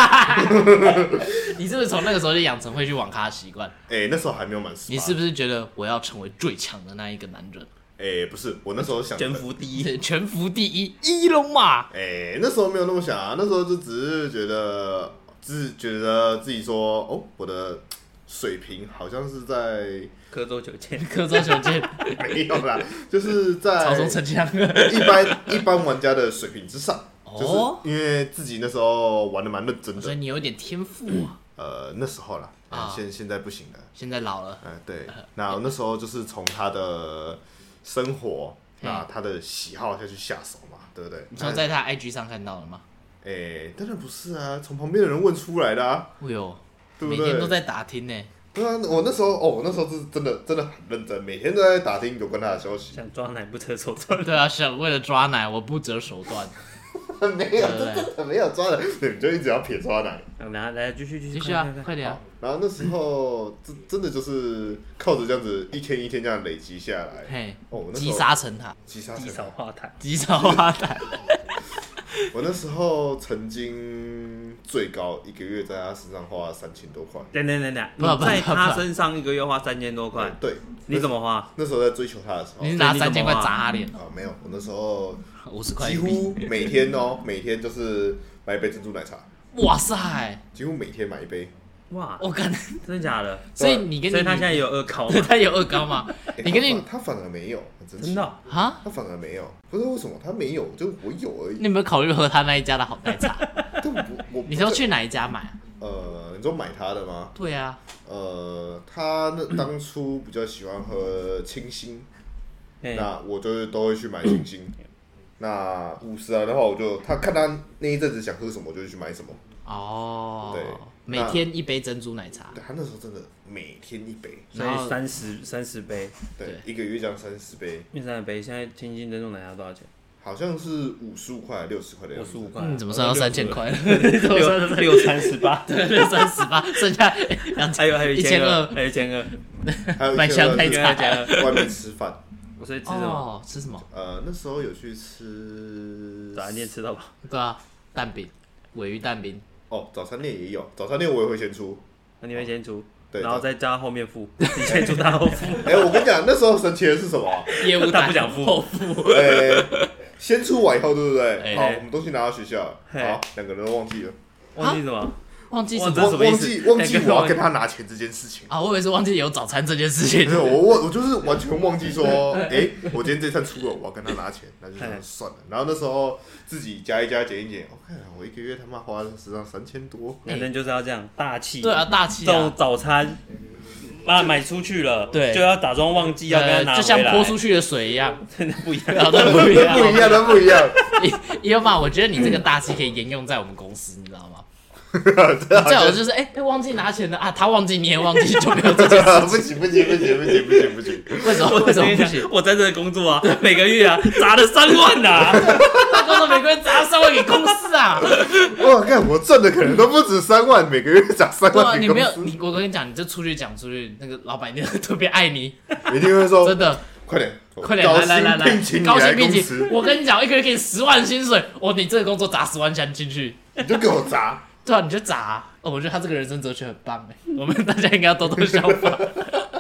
你是不是从那个时候就养成会去网咖的习惯？哎、那时候还没有满十八，你是不是觉得我要成为最强的那一个男人，哎、不是，我那时候想的全服第一，对 全服第一，一龙马？哎、那时候没有那么想啊，那时候就只是觉得，只是觉得自己说，哦，我的水平好像是在科州九千， 刻舟求 剑，没有啦，就是在草中沉香。一般一般玩家的水平之上，哦就是因为自己那时候玩的蛮认 真所以的，你有一点天赋啊，呃，那时候啦，啊呃啊，现现在不行了，现在老了，嗯、对，那那时候就是从他的生活，那他的喜好下去下手嘛，对不对？嗯你从在他 IG 上看到了吗？哎、当然不是啊，从旁边的人问出来的啊，哎呦，对不每对天都在打听呢。对啊，我那时候哦，我那时候是真的真的很认真，每天都在打听有关他的 消息，想抓奶不择手段。对啊，想为了抓奶，我不择手段。没有，对这真的没有抓的，你就一直要撇抓奶。然后来继续继续继续啊快，快快点啊！然后那时候真真的就是靠着这样子一天一天这样累积下来，嘿哦我，那时击候杀成塔，积沙低成少塔。化痰，击杀花 旦。我那时候曾经最高一个月在他身上花了三千多块。等等等等，不不你在不他不身上一个月花三千多块，对，你怎么花？那时候在追求他的时候你是拿所以三你千怎么块啊砸他脸哦，啊，没有，我那时候啊五十块几硬币。乎每天哦，每天就是买一杯珍珠奶茶，哇塞，几乎每天买一杯。哇，我感，真的假的？啊所以哦你跟你？所以他现在也有恶搞吗 他有恶高吗？诶你跟你哎他反他反而没有，很神奇真的哦，啊？他反而没有，不知道为什么他没有，就我有而已你。有没有考虑喝他那一家的好奶 茶？但我我你都去哪一家买啊？呃，你说买他的吗？对啊，呃，他那当初比较喜欢喝清新，嘿那我就是都会去买清新。嗯那五十啊的话，我就他看他那一阵子想喝什么，我就去买什么。哦对，每天一杯珍珠奶茶，对他那时候真的每天一杯，所然后以三十三十杯，对，对一个月这样三十杯，面三十杯，现在清新珍珠奶茶多少钱？好像是五十五块、六十块的样五子。十五块。嗯，怎么算到六十三五千块了？六六三十八，对，三十八，剩下两还有还有一千千二还有一千二，还有一买些香人奶一是千二茶一。千二。外面吃饭，我所以吃什么？哦，吃什么？呃，那时候有去吃早餐店吃到饱。对啊，蛋饼，尾鱼蛋饼。哦，早餐店也有，早餐店我也会先出。 那你们先出，对然后早再加后面付，你先出他后 付，啊哎、我跟你讲，那时候神奇的是什么啊？业务他蛋不想付，呃、先出完以后，对不对？哎好，我们东西拿到学校，嘿好，两个人都忘记了，忘记什么？忘记什这么是什忘么意忘思记忘记两我个人要跟他拿钱这件 事情。啊？我以为是忘记有早餐这件事情没。啊有，我忘，我就是完全忘 记说，哎、我今天这餐出了，我要跟他拿钱，那就嘿想算了。然后那时候自己加一加，减一减，我、看我一个月他妈花了实际上三千多，哎反正就是要这样大气。对啊，，大气这啊种。早餐，啊，买出去了，对就要假装忘记要跟他拿回呃，来，就像泼出去的水一样， 真的不一对啊，样。都不一样， 不一样，都不一 样，也有嘛，我觉得你这个大气可以沿用在我们公司，你知道吗？这 好最好像就是哎、哎忘记拿钱了啊，他忘记你也忘记，就没有这件 不行不行不行不行不行不行，为什么我为什跟么你不讲行？，我在这工作啊， 每个月啊砸了三万啊 呐，他工作每个月砸三万给公司 啊，我看我赚的可能都不止三万，每个月涨三对啊，万给你公没有司，你，我跟你讲，你这出去讲出去，那个老板娘 特别爱你，一定会说真的，快点，快点高来薪来来来聘请，你高薪来聘公请，司，我跟你讲，一个月给你十万薪水，哦，你这个工作砸十万钱进去，你就给我砸。对啊，你就砸啊、哦，我觉得他这欸个人生哲学很棒哎，我们大家应该要多多效仿，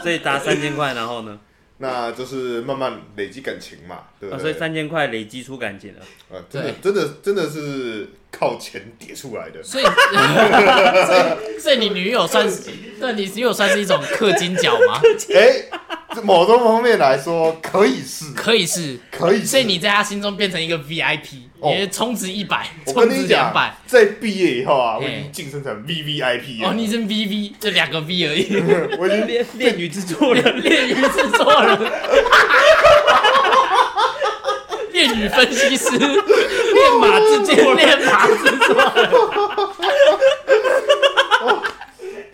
所以砸三千块，然后呢？那就是慢慢累积感情嘛，对不啊，哦对？所以三千块累积出感情了。啊，真的真的真的是靠钱叠出 来的，所以，所以，所以你女友算是，对你女友算是一种氪金角吗？哎、这某种方面来说可以是，可以是，可以是所以你在他心中变成一个 VIP，哦你充值一百，我充跟值你两讲百，，在毕业以后啊，我嘿已经晋升成 V V I P 了。哦，你是 VV，就两个 V 而已，我已经恋恋与制作 人，恋与制作 人，恋与分析师，恋马之间，恋马制作人，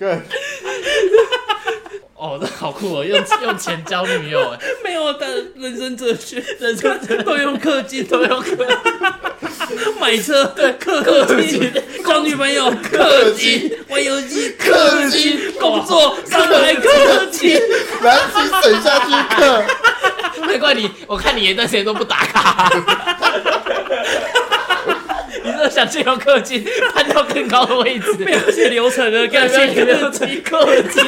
干 哦，这好酷哦，用用钱交女友，哎，没有他的人生哲学，人生都用氪金，都用氪，买车对氪金，交女朋友氪金，玩游戏氪金，工作上来氪金，南极省下去看，难怪你，我看你一段时间都不打卡。你这想借由氪金攀到更高的位置，没有写流程的，感谢没氪有金。金氪金。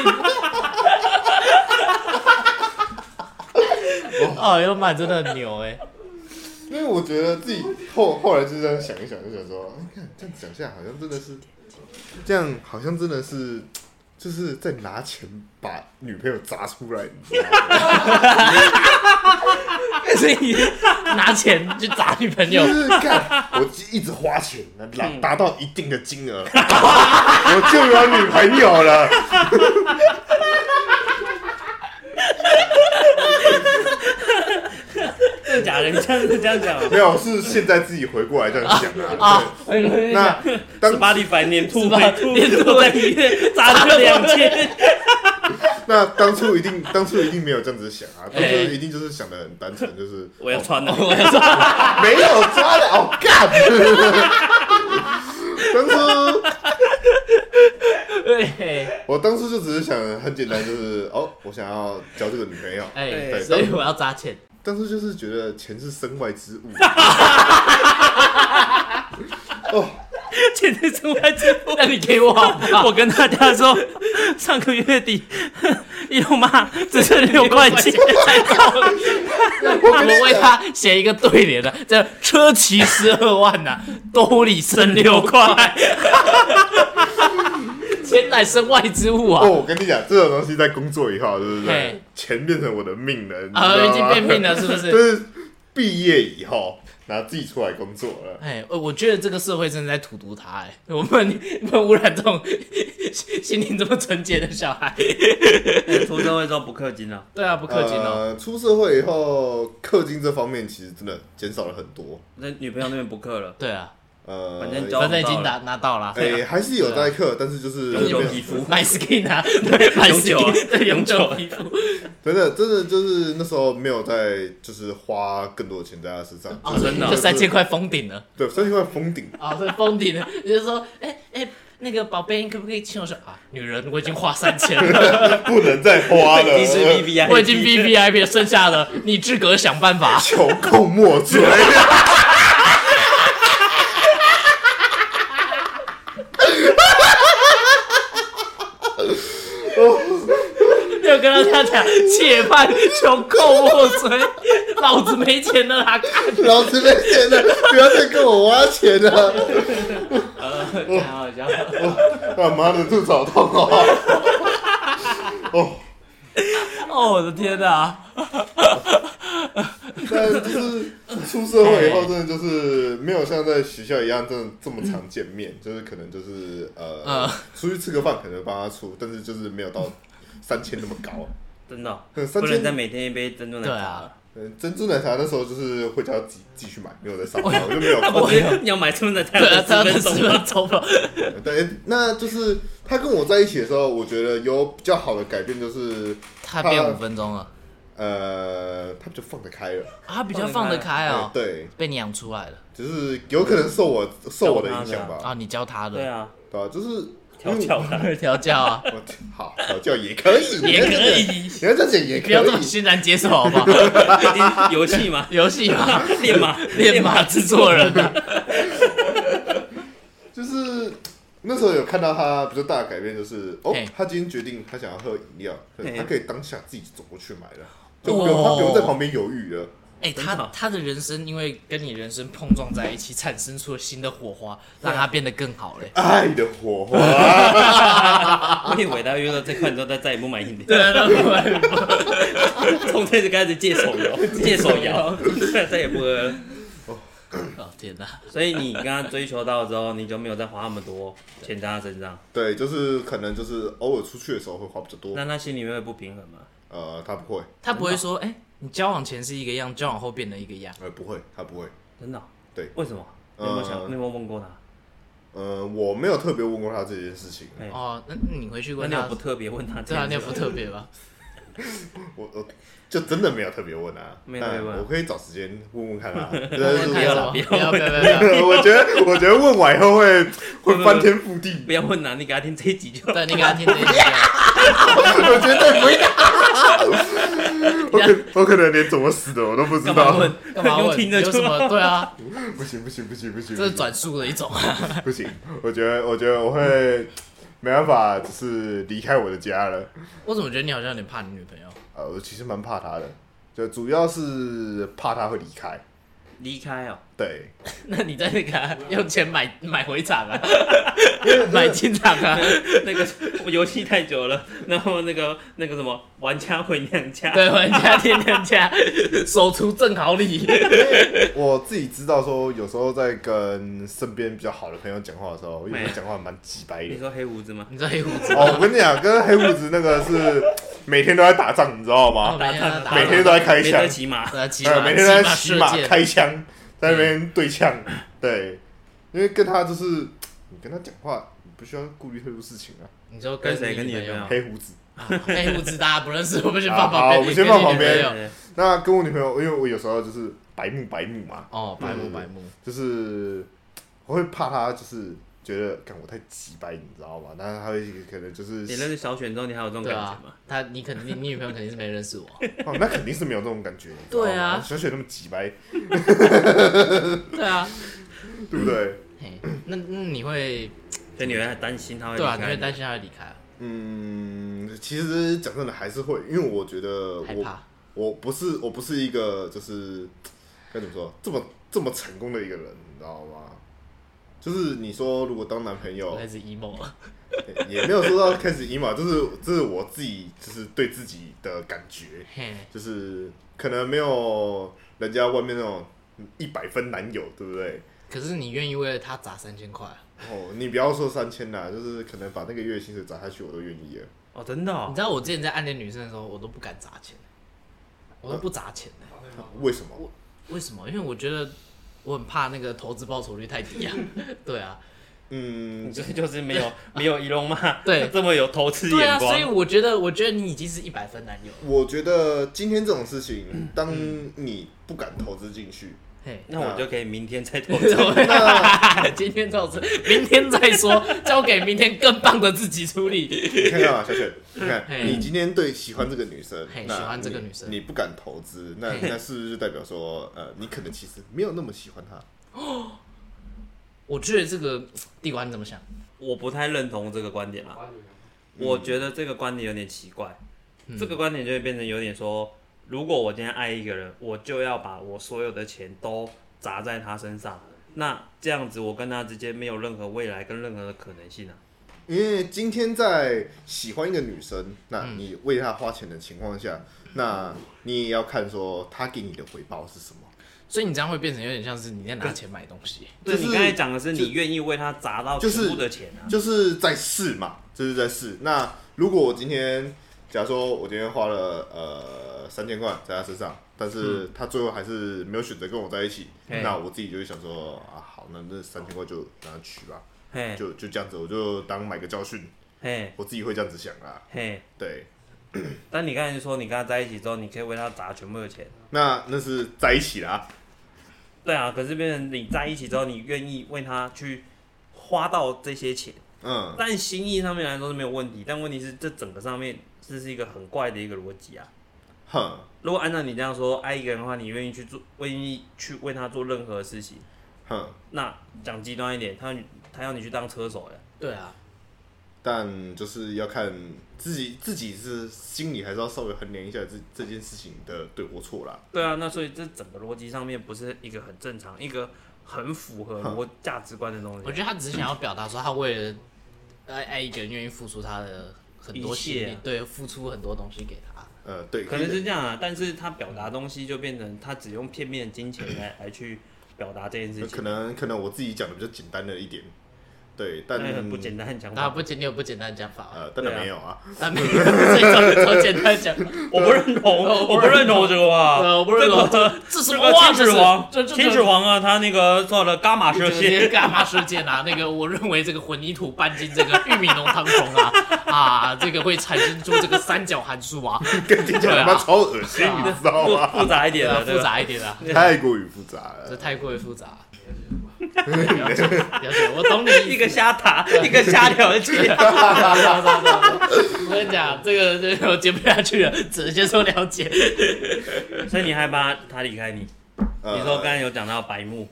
哦，优曼真的很牛哎！因为我觉得自己后后来就这样想一想，就想说，你看这样想下，好像真的是，这样好像真的是，就是在拿钱把女朋友砸出来，你知道吗 所以你拿钱去砸女朋友就，是看我一直花钱，达达到一定的金额， 我就有女朋友了。真的假的？你这样子这样讲啊没有，是现在自己回过来这样想的。啊对那当十八里白年 兔，八白兔我在医院砸了两 千，那当初一定，当初一定没有这样子想 啊，哎当初一定就是想的很单纯，就是哦我要穿了，我要穿。没有抓的，哦，干！ 当初对，我当初就只是想很简单，就是哦，我想要交这个女朋友。哎，对所以我要砸钱。当初就是觉得钱是身外之物， 哦，简直出来之后， 那你给我好不 好？我跟大家说，上个月底， 伊隆妈只剩六块钱，我们为他写一个对联的，这车骑十二万呐、兜里剩六 块，钱乃身外之物啊哦，！我跟你讲，这种东西在工作以后，对不嘿对？钱变成我的命了，你知道啊，吗已经变命，了，是不？就是是毕业以后，然后自己出来工作了。哎，呃我觉得这个社会真的在荼毒他哎，我们不能污染这种心灵这么纯洁的小孩。出社会之后不氪金了，对啊，不氪金哦，呃，出社会以后，氪金这方面其实真的减少了很多。那女朋友那边不氪了，对啊，呃，反正交反正已经拿拿到了。哎、还是有在氪，但是就是永久皮肤，买 skin 啊，对，买永久啊 skin，对，永久啊皮肤真的真的就是那时候没有在就是花更多的钱在他身上，哦就是真的啊就三千，块封顶了。对，三千块封顶。啊，对，封顶的，你就说，哎、哎、那个宝贝，你可不可以亲我说啊，女人，我已经花三千 了，不能再花了，你是 V V I，我已经 V V I P 了，剩下的你自个儿想办法。穷寇莫 追。你有跟他讲，且慢，穷寇莫追，老子没钱了啦，干老子没钱了，不要再跟我花钱 了！呃讲好讲好， 啊妈的，肚子好痛哦！哦，哦，我的天哪、 但就是出社会以后，真的就是没有像在学校一样，真的这么常见面，就是可能就是呃嗯，出去吃个饭可能帮他出，但是就是没有到三千那么高。真的哦嗯三不千能再每天一杯珍珠奶对茶啊了。，嗯，珍珠奶茶那时候就是回家自己自己去买，没有在上班，我就没有那空我觉得你 要买珍珠奶茶对啊，他要们十分十钟吧分钟了，对，那就是他跟我在一起的时候，我觉得有比较好的改变就是他变五分钟了，呃，他比较放得开了。他啊比较放得开哦，对，被你养出来了只是有可能受我受我的影响吧，啊，你教他的，对，啊，对吧、就是调教他，调教啊，我好调教也可以，也可以你要这样讲也不要可这么以。欣然接受好不好？一定游戏 嘛，游戏嘛，练嘛，练马制作人啊，就是那时候有看到他比较大的改变，就是哦嘿，他今天决定他想要喝饮料，嘿他可以当下自己走过去买了。就不用他不用在哦旁边犹豫了。 哎、真他好他的人生因为跟你人生碰撞在一起，产生出了新的火花，让他变得更好嘞。爱的火花， 我以为他遇到这块之后，他再也不买饮料。对啊，那不然 从这次开始戒手摇，戒手 摇，再也不喝了。哦天哪，所以你跟他追求到之后，你就没有再花那么多钱在他身上，对，就是可能就是偶尔出去的时候会花比较多。那他心里面会不平衡吗？呃，他不会，他不会说，哎、你交往前是一个样，交往后变了一个样。呃，不会，他不会。真的哦、对为什么？你有没有想？呃你有没有问过他？呃，我没有特别问过他这件事情。哎哦，那你回去那问你有他不，特别问他这对啊，样你子有吗？不特别吧？我我就真的没有特别问啊，没有特别问啊但我可以找时间问问看啊。问他对要什了么不不要要不要不要， 我觉得我觉得问完以后会会翻天覆地。 不要问啦、你给他听这一集就好。对，啊你给他听这一下。我绝对不会打。我可我可能连怎么死的我都不知干嘛道。问？干 嘛用问？听着有就什好么？对啊， 不行不行不行不行，这是转述的一种啊。不行，我觉得我觉得我会没办法，就是离开我的家了。我怎么觉得你好像有点怕你女朋友？呃，我其实蛮怕他的，就主要是怕他会离开。离开哦、 对， 那你在那个啊用钱买买回场 啊，买进场啊？那个我游戏太久了，然后那个那个什么玩家回娘家， 对，玩家天天 家，手出正好礼。我自己知道说，有时候在跟身边比较好的朋友讲话的时候，我有时候讲话蛮鸡掰你的。说黑胡子吗？你知道黑胡子哦，我跟你讲，跟黑胡子那个是每天都在打仗，你知道哦吗？每天都在打每天都在开没枪得，骑马，对啊，骑呃，马，每天都在骑骑马马射箭开枪，在那边对枪，对，因为跟他就是你跟他讲话，你不需要顾虑太多事情啊。你说跟谁跟你女女朋友朋友？黑胡子， 黑胡子大家不认识，我们先啊放好旁边，好我们先放旁边跟你女朋友对那跟我女朋友，因为我有时候就是白目白目嘛，哦，白目嗯白目，就是我会怕他就是觉得，干我太鸡掰，你知道吗？但是他会可能就是你认识小选之后，你还有这种对感觉啊吗？，他你肯定你女朋友肯定是没认 识我，哦，那肯定是没有这种感觉。你知道吗对啊小雪那么急掰，对啊，对不对？嘿，那那你会所以你会担心他会离对啊，你开会你，担心他会离开啊，嗯，其实讲真的还是会，因为我觉得害呃我哦怕，我不是我不是一个就是该怎么说这么这么成功的一个人，你知道吗？就是你说如果当男朋我友开始 emo 了， 也没有说到开始 emo，就是这是我自己就是对自己的感觉，嘿，就是可能没有人家外面那种一百分男友，对不对？可是你愿意为了他砸三千块啊？哦，你不要说三千啦，就是可能把那个月薪水砸下去，我都愿意了。哦，真的、你哦，知道我之前在暗恋女生的时候，我都不敢砸钱，我都不砸钱的，为什么？为什么？因为我觉得我很怕那个投资报酬率 太低啊，对啊，嗯你，这就是没有没有伊隆嘛，对 这么有投资对眼啊，所以光，我觉得，我觉得你已经是一百分男 友了，我觉得今天这种事 情，当你不敢投资进去，嘿。那我就可以明天再 投资。啊今天到此，明天再说，交给明天更棒的自己处理。 你看看啊嘛，小雪，你看嗯嘿你今天对喜欢这个女生，嘿那喜欢这个你女生你不敢投资，那嘿那是不是就代表说，呃，你可能其实没有那么喜欢她？我觉得这个地瓜你怎么想？我不太认同这个观点啦，我觉得这个观点有点奇怪。这个观点就会变成有点说，如果我今天爱一个人，我就要把我所有的钱都砸在他身上，嗯那这样子我跟他之间没有任何未来跟任何的可能性啊。因为今天在喜欢一个女生，那嗯你为她花钱的情况下，那你也要看说她给你的回报是什么。所以你这样会变成有点像是你在拿钱买东西。就是对你刚才讲的是就你愿意为他砸到就是全部的钱啊，就是在试嘛，就是在试。那如果我今天，假如说我今天花了呃三千块在他身上，但是嗯他最后还是没有选择跟我在一起，嘿那我自己就会想说啊，好，那那三千块就让他取吧，嘿，就就这样子，我就当买个教训，嘿，我自己会这样子想啦。嘿。对，但你刚才说你跟他在一起之后，你可以为他砸全部的钱。啊那那是在一起啦，对啊，可是变成你在一起之后，你愿意为他去花到这些钱，嗯，但心意上面来说是没有问题，但问题是这整个上面这是一个很怪的一个逻辑啊。哼，如果按照你这样说，爱一个人的话，你愿意去做，愿意去为他做任何事情。哼，那讲极端一点，他他要你去当车手呀，对啊，但就是要看自己自己是心里还是要稍微衡量一下这这件事情的对或错啦。对啊，那所以这整个逻辑上面不是一个很正常，一个很符合哼我价值观的东西。我觉得他只是想要表达说，他为了爱爱一个人，愿意付出他的很多一切嗯心啊力，对，付出很多东西给他。呃，对，可能是这样啊，但是他表达东西就变成他只用片面的金钱来来去表达这件事情，可能可能我自己讲的比较简单了一点，对，但哎那很不简单的讲那法，不简，你有不简单的讲法啊？呃，当然对啊没有啊，那没有，最早的超简单讲法。我不认 同，我不认同这个话，呃，我不认同这个。这这什这么话？个这秦是始皇，这这秦始皇啊，他那个做了伽马射这些线，干嘛事件啊？那个，我认为这个混凝土搬进这个玉米浓汤桶啊，啊，这个会产生出这个三角函数啊，跟听起来对他妈啊超 恶心，对啊你知道复吗？复杂一点对啊，的，对复吧杂一点啊，太过于复杂这了。太过于复杂。了解，我懂你一意思。个瞎打，一个瞎了解。我跟你讲，这个这个我接不下去了，只能接受了解。所以你害怕他离开你？呃你说刚才有讲到白目，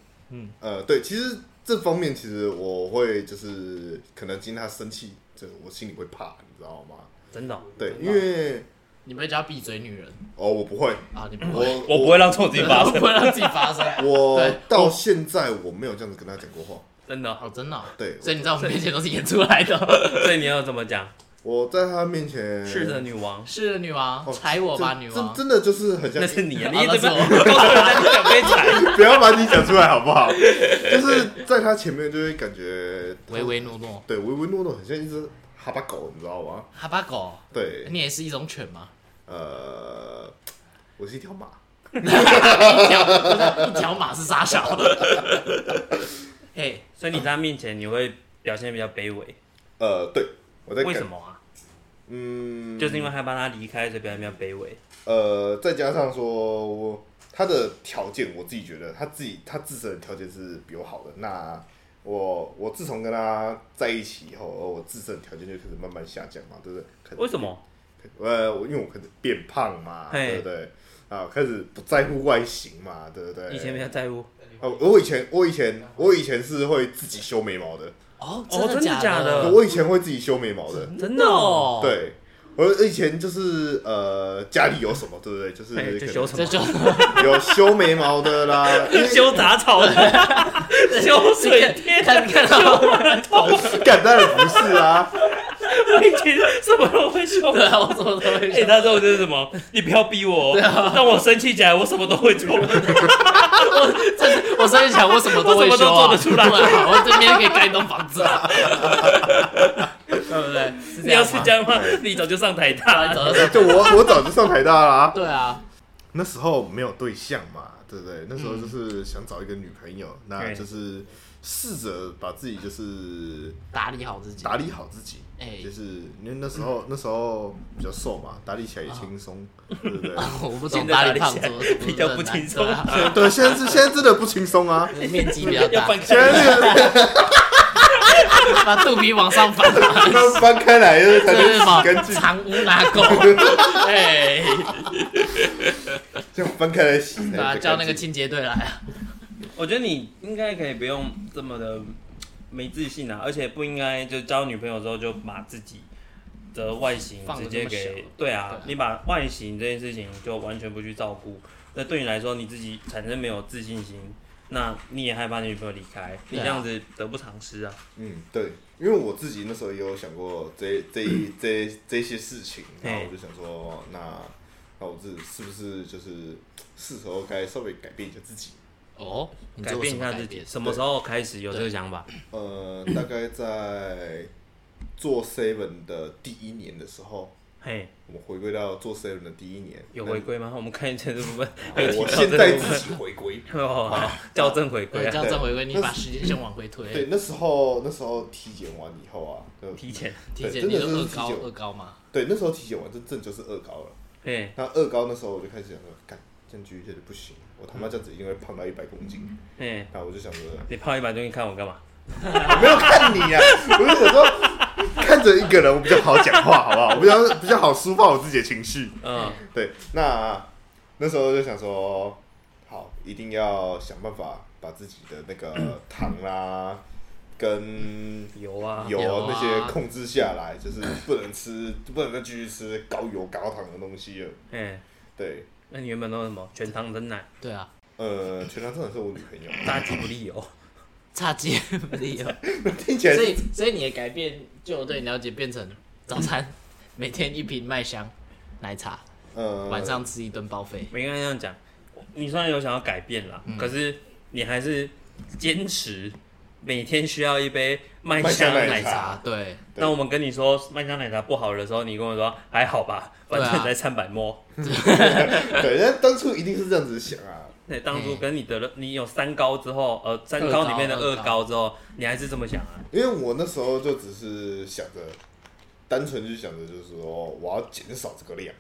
呃，对，其实这方面其实我会就是可能今天他生气，这个我心里会怕，你知道吗？真的哦，对，因为你们叫闭嘴女人哦，我不会，啊，你不会，我 我不会让错自己发 生不，会让自己发生。 我对到现在我没有这样子跟他讲过话。真的哦。哦，真的哦、对所以你在我们面前都是演出来的。所以你要怎么讲？我在他面前是的，女王，是的女王，哦踩我吧，这女真王。真的就是很像那，是你啊，啊你怎么那 是告诉人家你想被踩？ 不要把你讲出来好不好？就是在他前面就会感觉唯唯诺诺，对唯唯诺诺，很像一只哈巴狗，你知道吗？哈巴狗，对，你也是一种犬吗？呃，我是一条马，一条不是一条马是傻小。嘿，所以你在他面前你会表现得比较卑微，呃，对，我在为感什？么啊？嗯，就是因为害怕他离开，所以表现得比较卑微。呃，再加上说我他的条件，我自己觉得他自己他自身的条件是比我好的。那我我自从跟他在一起以后，呃我自身的条件就开始慢慢下降嘛，对不对？开始为什么？呃，我因为我开始变胖嘛，嘿对不对？啊，开始不在乎外形嘛，对不对？以前比较在乎。哦，我以前我以前我以前是会自己修眉毛的，哦，真的的假的的？我以前会自己修眉毛的，呃真的的哦，哦，对。我以前就是呃，家里有什么，对不对？就是哎，就可能修什这么？就有修眉毛的啦， 因为修杂草的，修水电，看看到干当然不是啊，我以前什么都会修。对啊，我怎么都会哎，说。他这种就是什么？你不要逼我哦，啊让我生气起来，我什么都会做。我甚至想，我什么都会我什么修都啊，做得出来对啊我这边可以盖一栋房子啊，对不对？ 是你这样要吗是这样的话，你早就上台大了。早就上就我我早就上台大啦、对啊，那时候没有对象嘛，对不对？那时候就是想找一个女朋友，那嗯对就是试着把自己就是打理好自己。打理好自己，哎就是因为那时 候那时候比较瘦嘛，打理起来也轻松，对不对？啊 我不现懂在打打理理胖起子来我怎么比较不轻松对啊对，现在是现在真的不轻 松啊，面积比较要大翻，现开，在那个把肚皮往上翻啊，翻开来就是才这是什么能洗干？净，藏污纳垢。 哎，这样翻开来洗才对啊，才叫干那个净清洁队来啊。我觉得你应该可以不用这么的没自信啊，而且不应该就交女朋友之后就把自己的外形放得直接这么小给对啊，对啊你把外形这件事情就完全不去照顾，那对你来说你自己产生没有自信心，那你也害怕你女朋友离开，你对啊这样子得不偿失啊。嗯，对，因为我自己那时候也有想过这这一这这些事情，哎然后我就想说，那那我自己是不是就是是时候该稍微改变一下自己？哦，你改做变什一么改下变自己，什么时候开始有这个想法？呃，大概在做 seven 的第一年的时候，嘿，我们回归到做 seven 的第一年，有回归吗？我们看一下这部分，那。还有提我到现这在个部分自己回归。 哦，好校正回归对，啊，叫郑回归，你那把时间线往回对推，，那时候那时候体检完以后啊，就提前，体对检真你的就是恶体高检恶高嘛，对那时候体检完，真正就是恶搞了。嘿，那恶高那时候我就开始想说，干这样继续下去不行，我他妈这样子一定会胖到一百公斤。嘿，那我就想说，你胖一百多斤看我干嘛？我没有看你啊， 我就想说，看着一个人我比较好讲话，好不好？我比较比较好抒发我自己的情绪。嗯。对，那那时候就想说， 好，一定要想办法把自己的那个糖啦、啊跟有啊，油有啊那些控制下来，就是不能吃，不能再继续吃高油高糖的东西了。哎、对，那你原本都是什么全糖真奶、对啊，呃，全糖真的是我女朋友，啊炸鸡不利油，差 鸡不理由。听起来所以，所以你的改变，就我对你了解，变成早餐每天一瓶麦香奶茶，呃晚上吃一顿报废。没应该这样讲。你虽然有想要改变啦，可是你还是坚持每天需要一杯麦香麦香奶奶茶。茶啊，对，对那我们跟你说麦香奶茶不好的时候，你跟我说还好吧，对完啊全才三百摸。对，但当初一定是这样子想啊，那当初跟你得了，你有三高之后，呃，三二高高里面的二二高高之后，你还是这么想啊？因为我那时候就只是想着，单纯就想着就是说我要减少这个量，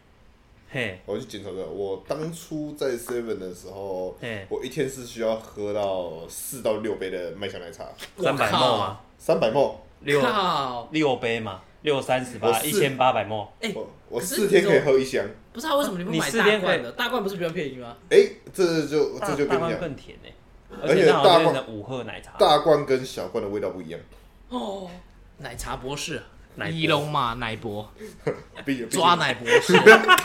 嘿，我要去减少这个。我当初在 Seven 的时候嘿，我一天是需要喝到四到六杯的麦香奶茶，三百靠沫嘛，三百梦，六靠，六杯嘛，六三十我八，一四千八百沫。哎我我可是四天可以你喝一箱。不知道为什么你不你买四大天罐可以的？大罐不是比较便宜吗？哎、这就啊这就大跟大你罐讲，嗯更甜呢，而且那好像大罐的五喝奶茶，大罐跟小罐的味道不一样，哦，奶茶博士，啊奶伊隆嘛，奶博毕毕竟抓奶博士，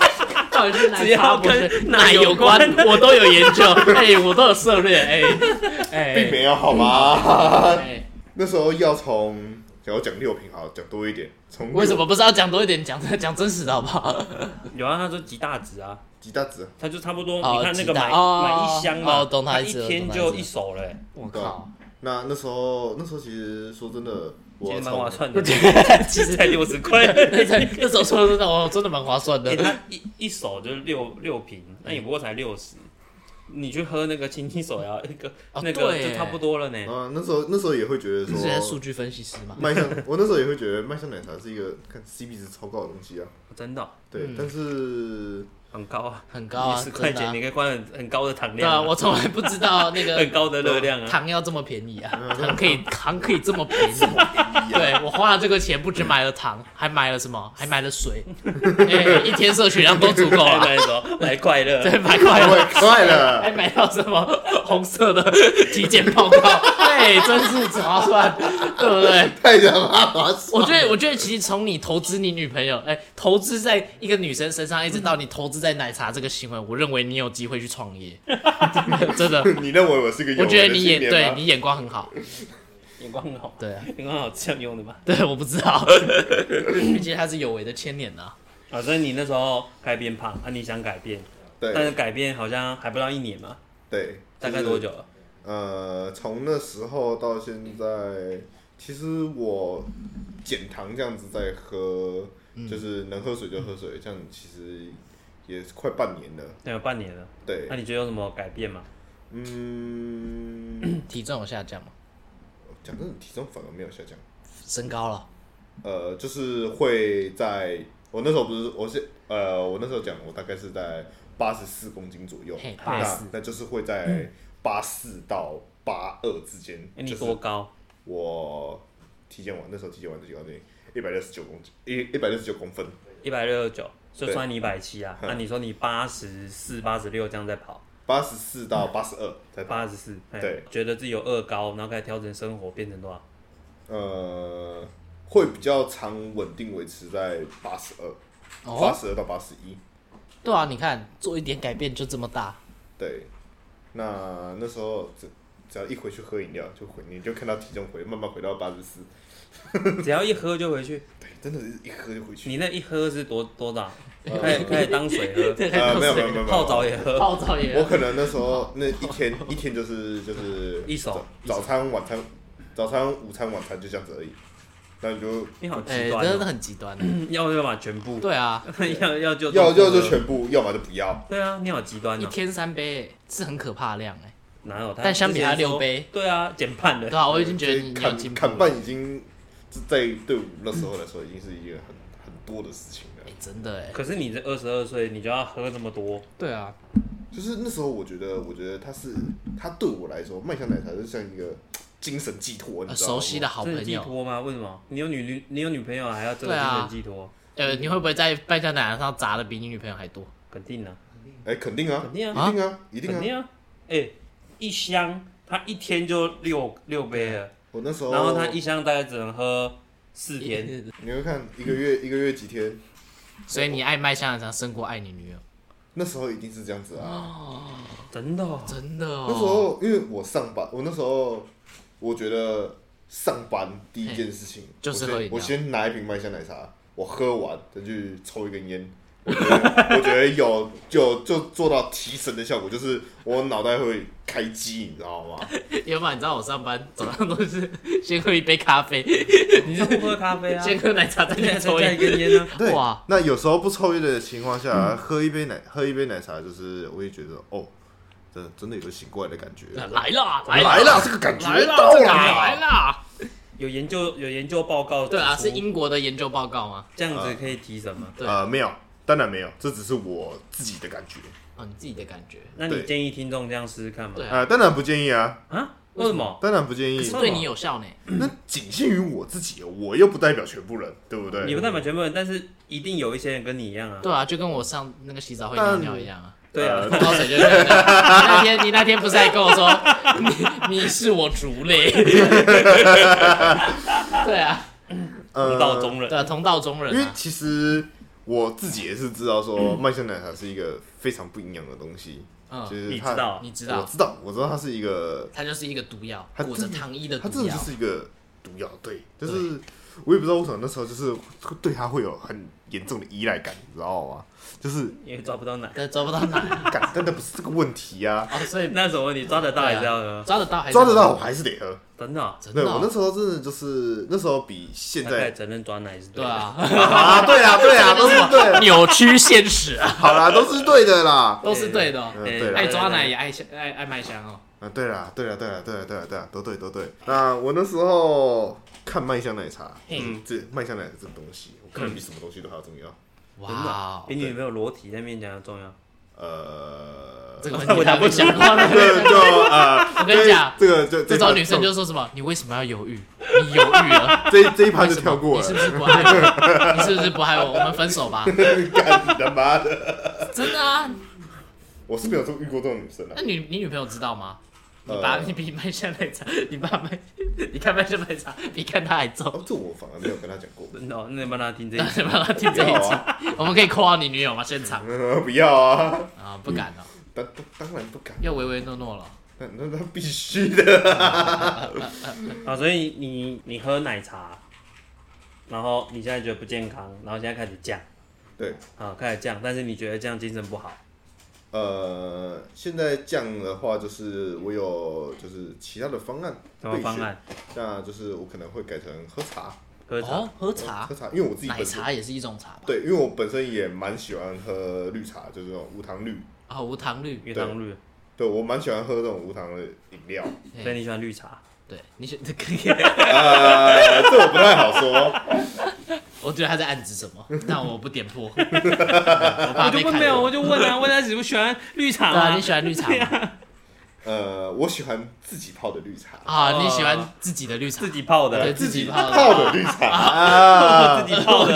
到底是奶只要茶博士跟奶有关，我都有研 究，哎，我都有涉猎，哎并哎没有好吗？哎， 那时候要从，想要讲六瓶，好讲多一点，从为什么不是要讲多一点，讲讲真实的好不好？有啊，他说极大值啊，几大值？他就差不多，哦你看那极个大买哦买一箱嘛，哦懂他他意一思了天懂他意思就了一手欸嘞，我对啊靠，那那时候那时候其实说真的，其我实蛮划算的， 其实才六十 块。那时候那时候说真的，我真的蛮划算欸、的。他一一手就是六六瓶，那也不过才六十。你去喝那个清清手摇，那个、哦那个对就差不多了呢。啊，那时候那时候也会觉得你是在数说，据分析师吗？麦香，我那时候也会觉得麦香奶茶是一个看 CP 值超高的东西啊，真的哦、对，嗯但是很高啊，很高你啊，十块真的钱啊你可以灌很很高的糖对量、啊，我从来不知道那个很高的热量啊。 糖要这么便宜啊，糖可以糖可以这么 便宜。对我花了这个钱，不止买了糖，还买了什么？还买了水，哎一天摄取量都足够 快了。来哎什么？来快乐，啊啊 对，买快乐，太快还了，买到什么红色的体检报告？ 哎，真是划算，对不对？太他妈划算，我觉得，我觉得其实从你投资你女朋友，哎、投资在一个女生身上，一直到你投资在奶茶这个行为，我认为你有机会去创业， 真的。你认为我是个有我为觉得的你青眼年对吗你眼光很好，眼光很好，对啊，眼光好这样用的吧？对，我不知道，毕竟他是有为的千年呐、啊，所以你那时候该变胖啊，你想改变，但是对改变好像还不到一年嘛，对，大概多久？了？呃，从那时候到现在，其实我减糖这样子在喝，就是能喝水就喝水，这样其实也是快半年了。对，有半年了。对那，你觉得有什么改变吗？嗯，体重有下降吗？讲真的，体重反而没有下降。升高了，呃，就是会在我那时候不是，我是呃，我那时候讲我大概是在八十四公斤左右，嘿那84那就是会在八四到八二之间。欸嗯你就是多高？我体检完那时候体检完体检完一百六十九公斤，一一百六十九公分，一百六十九，就对嗯算你一百七啊。那、你说你八十四、八十六这样在跑，八十四到八十二才八十四，嘿对觉得自己有二高，然后开始调整生活，变成多少？呃，会比较常稳定维持在八十二，八哦，十二到八十一。对啊，你看做一点改变就这么大，对，那那时候只只要一回去喝饮料，就回你就看到体重回慢慢回到八十四，只要一喝就回去。对，真的是一喝就回去。你那一喝是多多少？开始开始当水喝，呃，哦没有没有没有，没有泡澡也喝，泡澡也我可能那时候那一天一天就是就是一手一手早早餐晚餐早餐午餐晚餐就这样子而已，那你就你好哎、极端、真的哦很极端，要要嘛全部，对啊，要要就要要就全。全部，要么就不要。对啊，你好极端一哦，天三杯是很可怕的量哎、哪有他？但相比他之前说六杯，对啊，减半了对。啊，我已经觉得你这你有砍进步砍了，半已经在对我那时候来说已经是一个很很多的事情哎、了。真的哎、可是你这二十二岁，你就要喝那么多，对啊，就是那时候我觉得，我觉得它是它对我来说，麦香奶茶就像一个精神寄托，你呃知道吗？熟悉的好这是朋寄友，托吗？为什么？你有女女，你有女朋友还要这个对啊精神寄托？呃，你会不会在半价奶茶上砸的比你女朋友还多？肯定啊，哎，肯定啊，肯定啊一定啊，一定肯啊。定啊！哎、一箱他一天就六六杯了，我那时候，然后他一箱大概只能喝四天，你会看一个月一个月几天，所以你爱麦香肠胜过爱你女友，那时候一定是这样子啊。真的哦，真的哦。那时候因为我上班，我那时候我觉得上班第一件事情就是喝饮料我先我先拿一瓶麦香奶茶，我喝完再去抽一根烟。我觉得我觉得有就就做到提神的效果，就是我脑袋会开机，你知道吗？原本你知道我上班早上都是先喝一杯咖啡，你是不喝咖啡 啊？先喝奶茶，再再去抽加一烟。根烟啊呢？对哇，嗯那有时候不抽烟的情况下，喝一杯奶喝一杯奶茶，就是我也觉得哦，真的真的有醒过来的感觉，来啦，来来啦，啊了这个感觉来啦，到这了个来啦。有研究有研究报告指出，对啊，是英国的研究报告吗？这样子可以提什么？对呃，没有，当然没有，这只是我自己的感觉。哦，你自己的感觉。那你对建议听众这样试试看吗？对啊呃，当然不建议啊，啊？为什么？当然不建可是议。对你有效呢，那仅限于我自己，我又不代表全部人，对不对？你不代表全部人，但是一定有一些人跟你一样啊。对啊，就跟我上那个洗澡会尿尿一样啊，对啊，呃泡水就尿尿。你那天你那天不是还跟我 说，你你是我族类？对啊，呃 同道中人对。啊，同道中因人为啊，其实我自己也是知道说麦香奶茶是一个非常不营养的东西，就嗯，是你它知道你知我道，知道，我知道它是一个，它就是一个毒药，它裹着真的糖衣的它毒真的就药。是一个毒药，对，就是我也不知道为什么那时候就是会对它会有很严重的依赖感，你知道吗？就是也抓不到奶，可找不到 奶感，但那不是这个问题啊，哦，所以那什么你抓得到还是要喝？抓得到还是抓得到我，还是得喝。真的哦，真对的我那哦，时候真的就是那时候比现大概在承认抓奶是对的。啊，啊，对啊，对啊，都是对 的，扭曲现实 啊，好啦，都是对 的啦。都是对的哦嗯，哎对啦爱抓奶也爱香爱爱麦香哦，啊，对啦，对啦，对啦，对啦，对啦，对啦，都对，都对。那我那时候看麦香奶茶，嗯，这麦香奶茶这个东西，我看比什么东西都还要重要。哇真的哦哦，比你有没有裸体在面前还重要。呃，这个问我题打他不不 起讲过这个就呃， 我跟你讲这个就这种女生就就说什么，你为什么要犹豫？你犹豫了，这这一趴为就什么跳过你是了，不是不爱我？你 是不是不爱我？我们分手 吧，干你他妈的！真的啊？我是没有遇过这种女生啊那。你你女朋友知道吗？你呃把你比麦香奶茶，你把麦，你看麦香奶茶比看她还重。哦，这我反而没有跟她讲过。真的哦，那你帮他听这一那集。你帮她听这一不要集，啊我们可以 call 你女友吗？现场呃不要啊，啊，不敢了，当当当然不敢，又唯唯诺诺了。那那那必须的。啊，所以你你喝奶茶，然后你现在觉得不健康，然后现在开始降对，啊，开始降，但是你觉得这样精神不好，呃，现在降的话，就是我有就是其他的方案，什么方？案？那就是我可能会改成喝茶，喝茶哦，喝茶喝，茶，因为我自己奶本身茶也是一种茶吧？对，因为我本身也蛮喜欢喝绿茶，就是那种无糖绿，啊，无糖绿，月糖绿，对我蛮喜欢喝这种无糖的饮料。所以你喜欢绿茶。对你选这个， 呃， 这我不太好说。我觉得他在暗指什 么，但我不点破，我怕我被就问看没有，见。我就问啊，问他喜不喜欢绿茶对啊，啊你？喜欢绿茶吗呃，我喜欢自己泡的绿茶，啊？你喜欢自己的绿茶自？己泡对的，自己泡的，泡的绿茶啊自。己泡的，哦，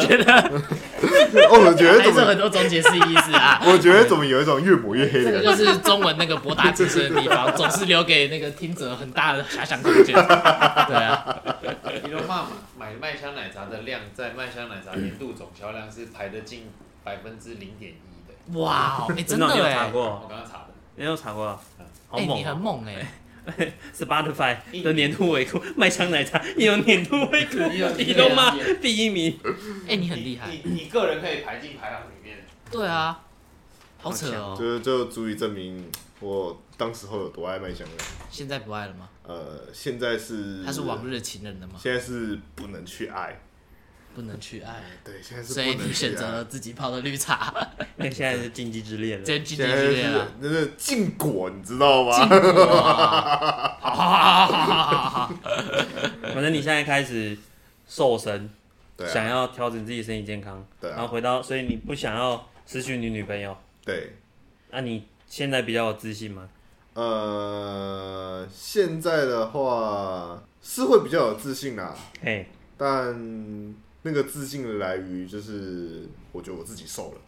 我觉得还怎是很么，多种解释意思啊。 我觉得怎么有一种越抹越这黑的个感觉。就是中文那个博大精深的地方，总是留给那个听者很大的遐想空间。对啊，你的话，买麦香奶茶的量在麦香奶茶年度总销量是排得进百分之零点一的。哇哦，哎，真的你有查哎，我过？刚刚查的，你有查过？啊好哎，你猛很哦猛哎， ！Spotify 的年度回顾， 麦香奶茶也有年度回顾，哎也有你都吗也？第一名，哎，你很厉害你。你你个人可以排进排行里面。对啊，好扯哦，就是就足以证明我当时候有多爱麦香了。现在不爱了吗？呃，现在是他是往日情人了吗？现在是不能去爱，不能去爱，对，现嗯在是不所能以去爱。你选择了自己泡的绿茶，那现在是禁忌之恋了。真 G D 现在之恋啊是了。那是禁果，你知道禁吗？果啊，好好好好好 好好，反正你现在开始瘦身，对想啊，要调整自己身体健康，对啊然后回到，所以你不想要失去你女朋友，对，那、你现在比较有自信吗？呃，现在的话是会比较有自信啊啦，嘿，但那个自信的来于就是我觉得我自己瘦了，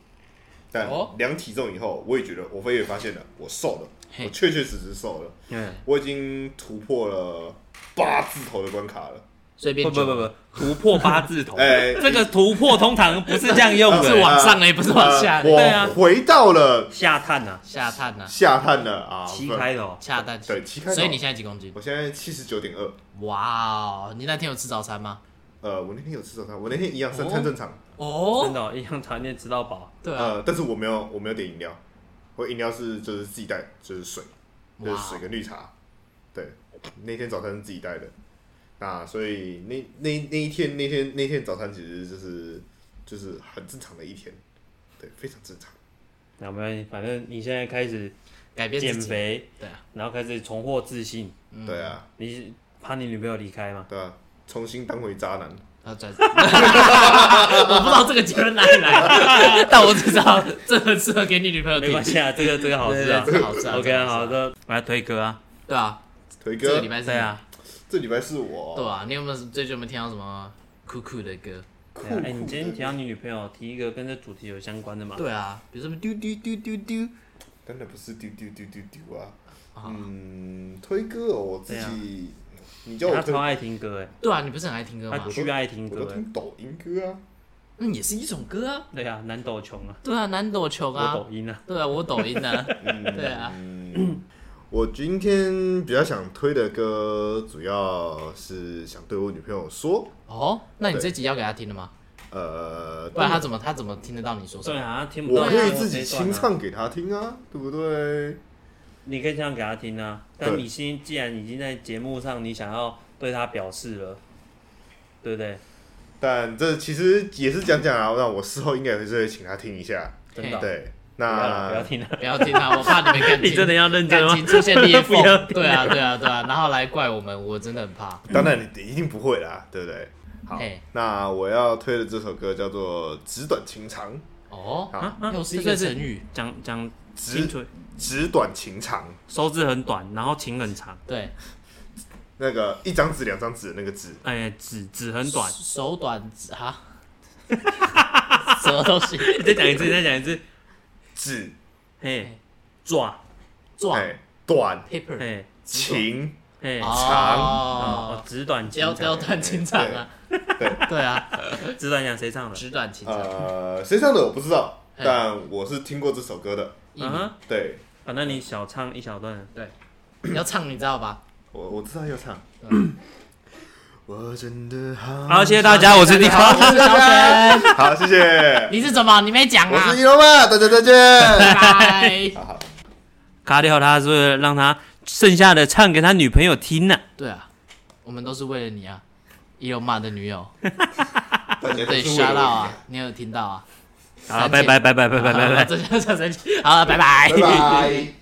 但哦量体重以后，我也觉得我也发现了我瘦了，嘿我确确实实瘦了，嗯，我已经突破了。八字头的关卡了，随便不不就不不，突破八字 头，哎啊这个突破通常不是这样 用哦是的，往上的，也不是往下的。对啊呃我回到了下探啊，下探呢？下探了啊，七不开头，下探。啊对七开头所以你现在几公斤？我现在七十九点二，哇哦！你那天有吃早餐吗？呃，我那天有吃早餐，我那天一样三餐正常，真哦，的哦一样常见吃到饱，对啊，呃，但是我没有我没有点饮料，我饮料是就是自己带，就是水，就是水跟绿茶，对，那天早餐是自己带的，那所以那那那一天那天那天早餐其实就是就是很正常的一天，对，非常正常。那没关系，反正你现在开始改变减自己。肥，对啊，然后开始重获自信，嗯对啊，你怕你女朋友离开吗？对啊，重新当回渣男。啊，转。 我不知道这个结论哪 里来的，但我只知道这很适合给你女朋友没听关。系啊，这个这个好事啊对对对这好事啊，OK 这啊，好事啊好的，我来推歌啊，对啊，腿这个哥礼，拜是对你啊，这礼拜是我对啊，你有没有最近有没有听到什么酷酷的歌？酷对啊哎，你今天提到你女朋友，提一个跟这主题有相关的嘛？对啊，比如什么丢丢丢丢丢，当然不是丢丢丢丢丢啊。嗯，推歌哦，我自己，啊你叫我她推哎超，爱听歌哎，对啊，你不是很爱听歌她吗？巨爱听我都歌哎，听抖音歌啊。那也是一种歌啊。对啊，男抖穷啊，对啊，难躲球我啊。抖音啊，对啊，我抖音 啊。对啊，嗯，我今天比较想推的歌，主要是想对我女朋友说，哦，那你这集要给他听了吗？呃，不然他怎么他怎么听得到你说什对么？啊，她听不到我你可说以谁自己算啊清唱给她听啊，对不对？你可以这样给他听啊，但对你先既然已经在节目上，你想要对他表示了，对不对？但这其实也是讲讲啊，那我事后应该也是会请她听一下。真的啊、对，不要了，不要那听了。不要听他，我怕你们感 情你真的要认真感吗情？出现裂 缝不要。对啊，对啊，对啊，然后来怪我们，我真的很怕。哎当然你一定不会啦，对不对？好嘿，那我要推的这首歌叫做《纸短情长》，哦，啊又是一个成语。讲讲直清楚，纸短情长，手指很短，然后情很长。对，那个一张纸两张纸的那个纸，哎、指指很短。手短啊，什么东西？ 你再讲一次，你再讲一 次。纸，嘿，爪，壮哎，短 paper 嘿，情，嘿，哦哦，指短情要长，要短情长啊，对，对啊，指短讲谁唱的？纸短情长。呃，谁唱的我不知道，嘿但我是听过这首歌的。嗯哼，对，反正你小唱一小哦段。要唱你知道吧？我我知道要唱。嗯我真的好，好，谢谢大家，我是地方。我是小沈， 好，谢谢。你是怎么？你没讲我啊是？一龙啊，大家 再见。拜。 好好，卡掉他，是为了让他剩下的唱给他女朋友听呢、对啊，我们都是为了你啊，伊隆马的女友，大家都对，是为刷了到我啊，你有听到啊？好了，拜拜拜拜拜拜拜拜。这就叫神奇。好了，拜拜拜拜。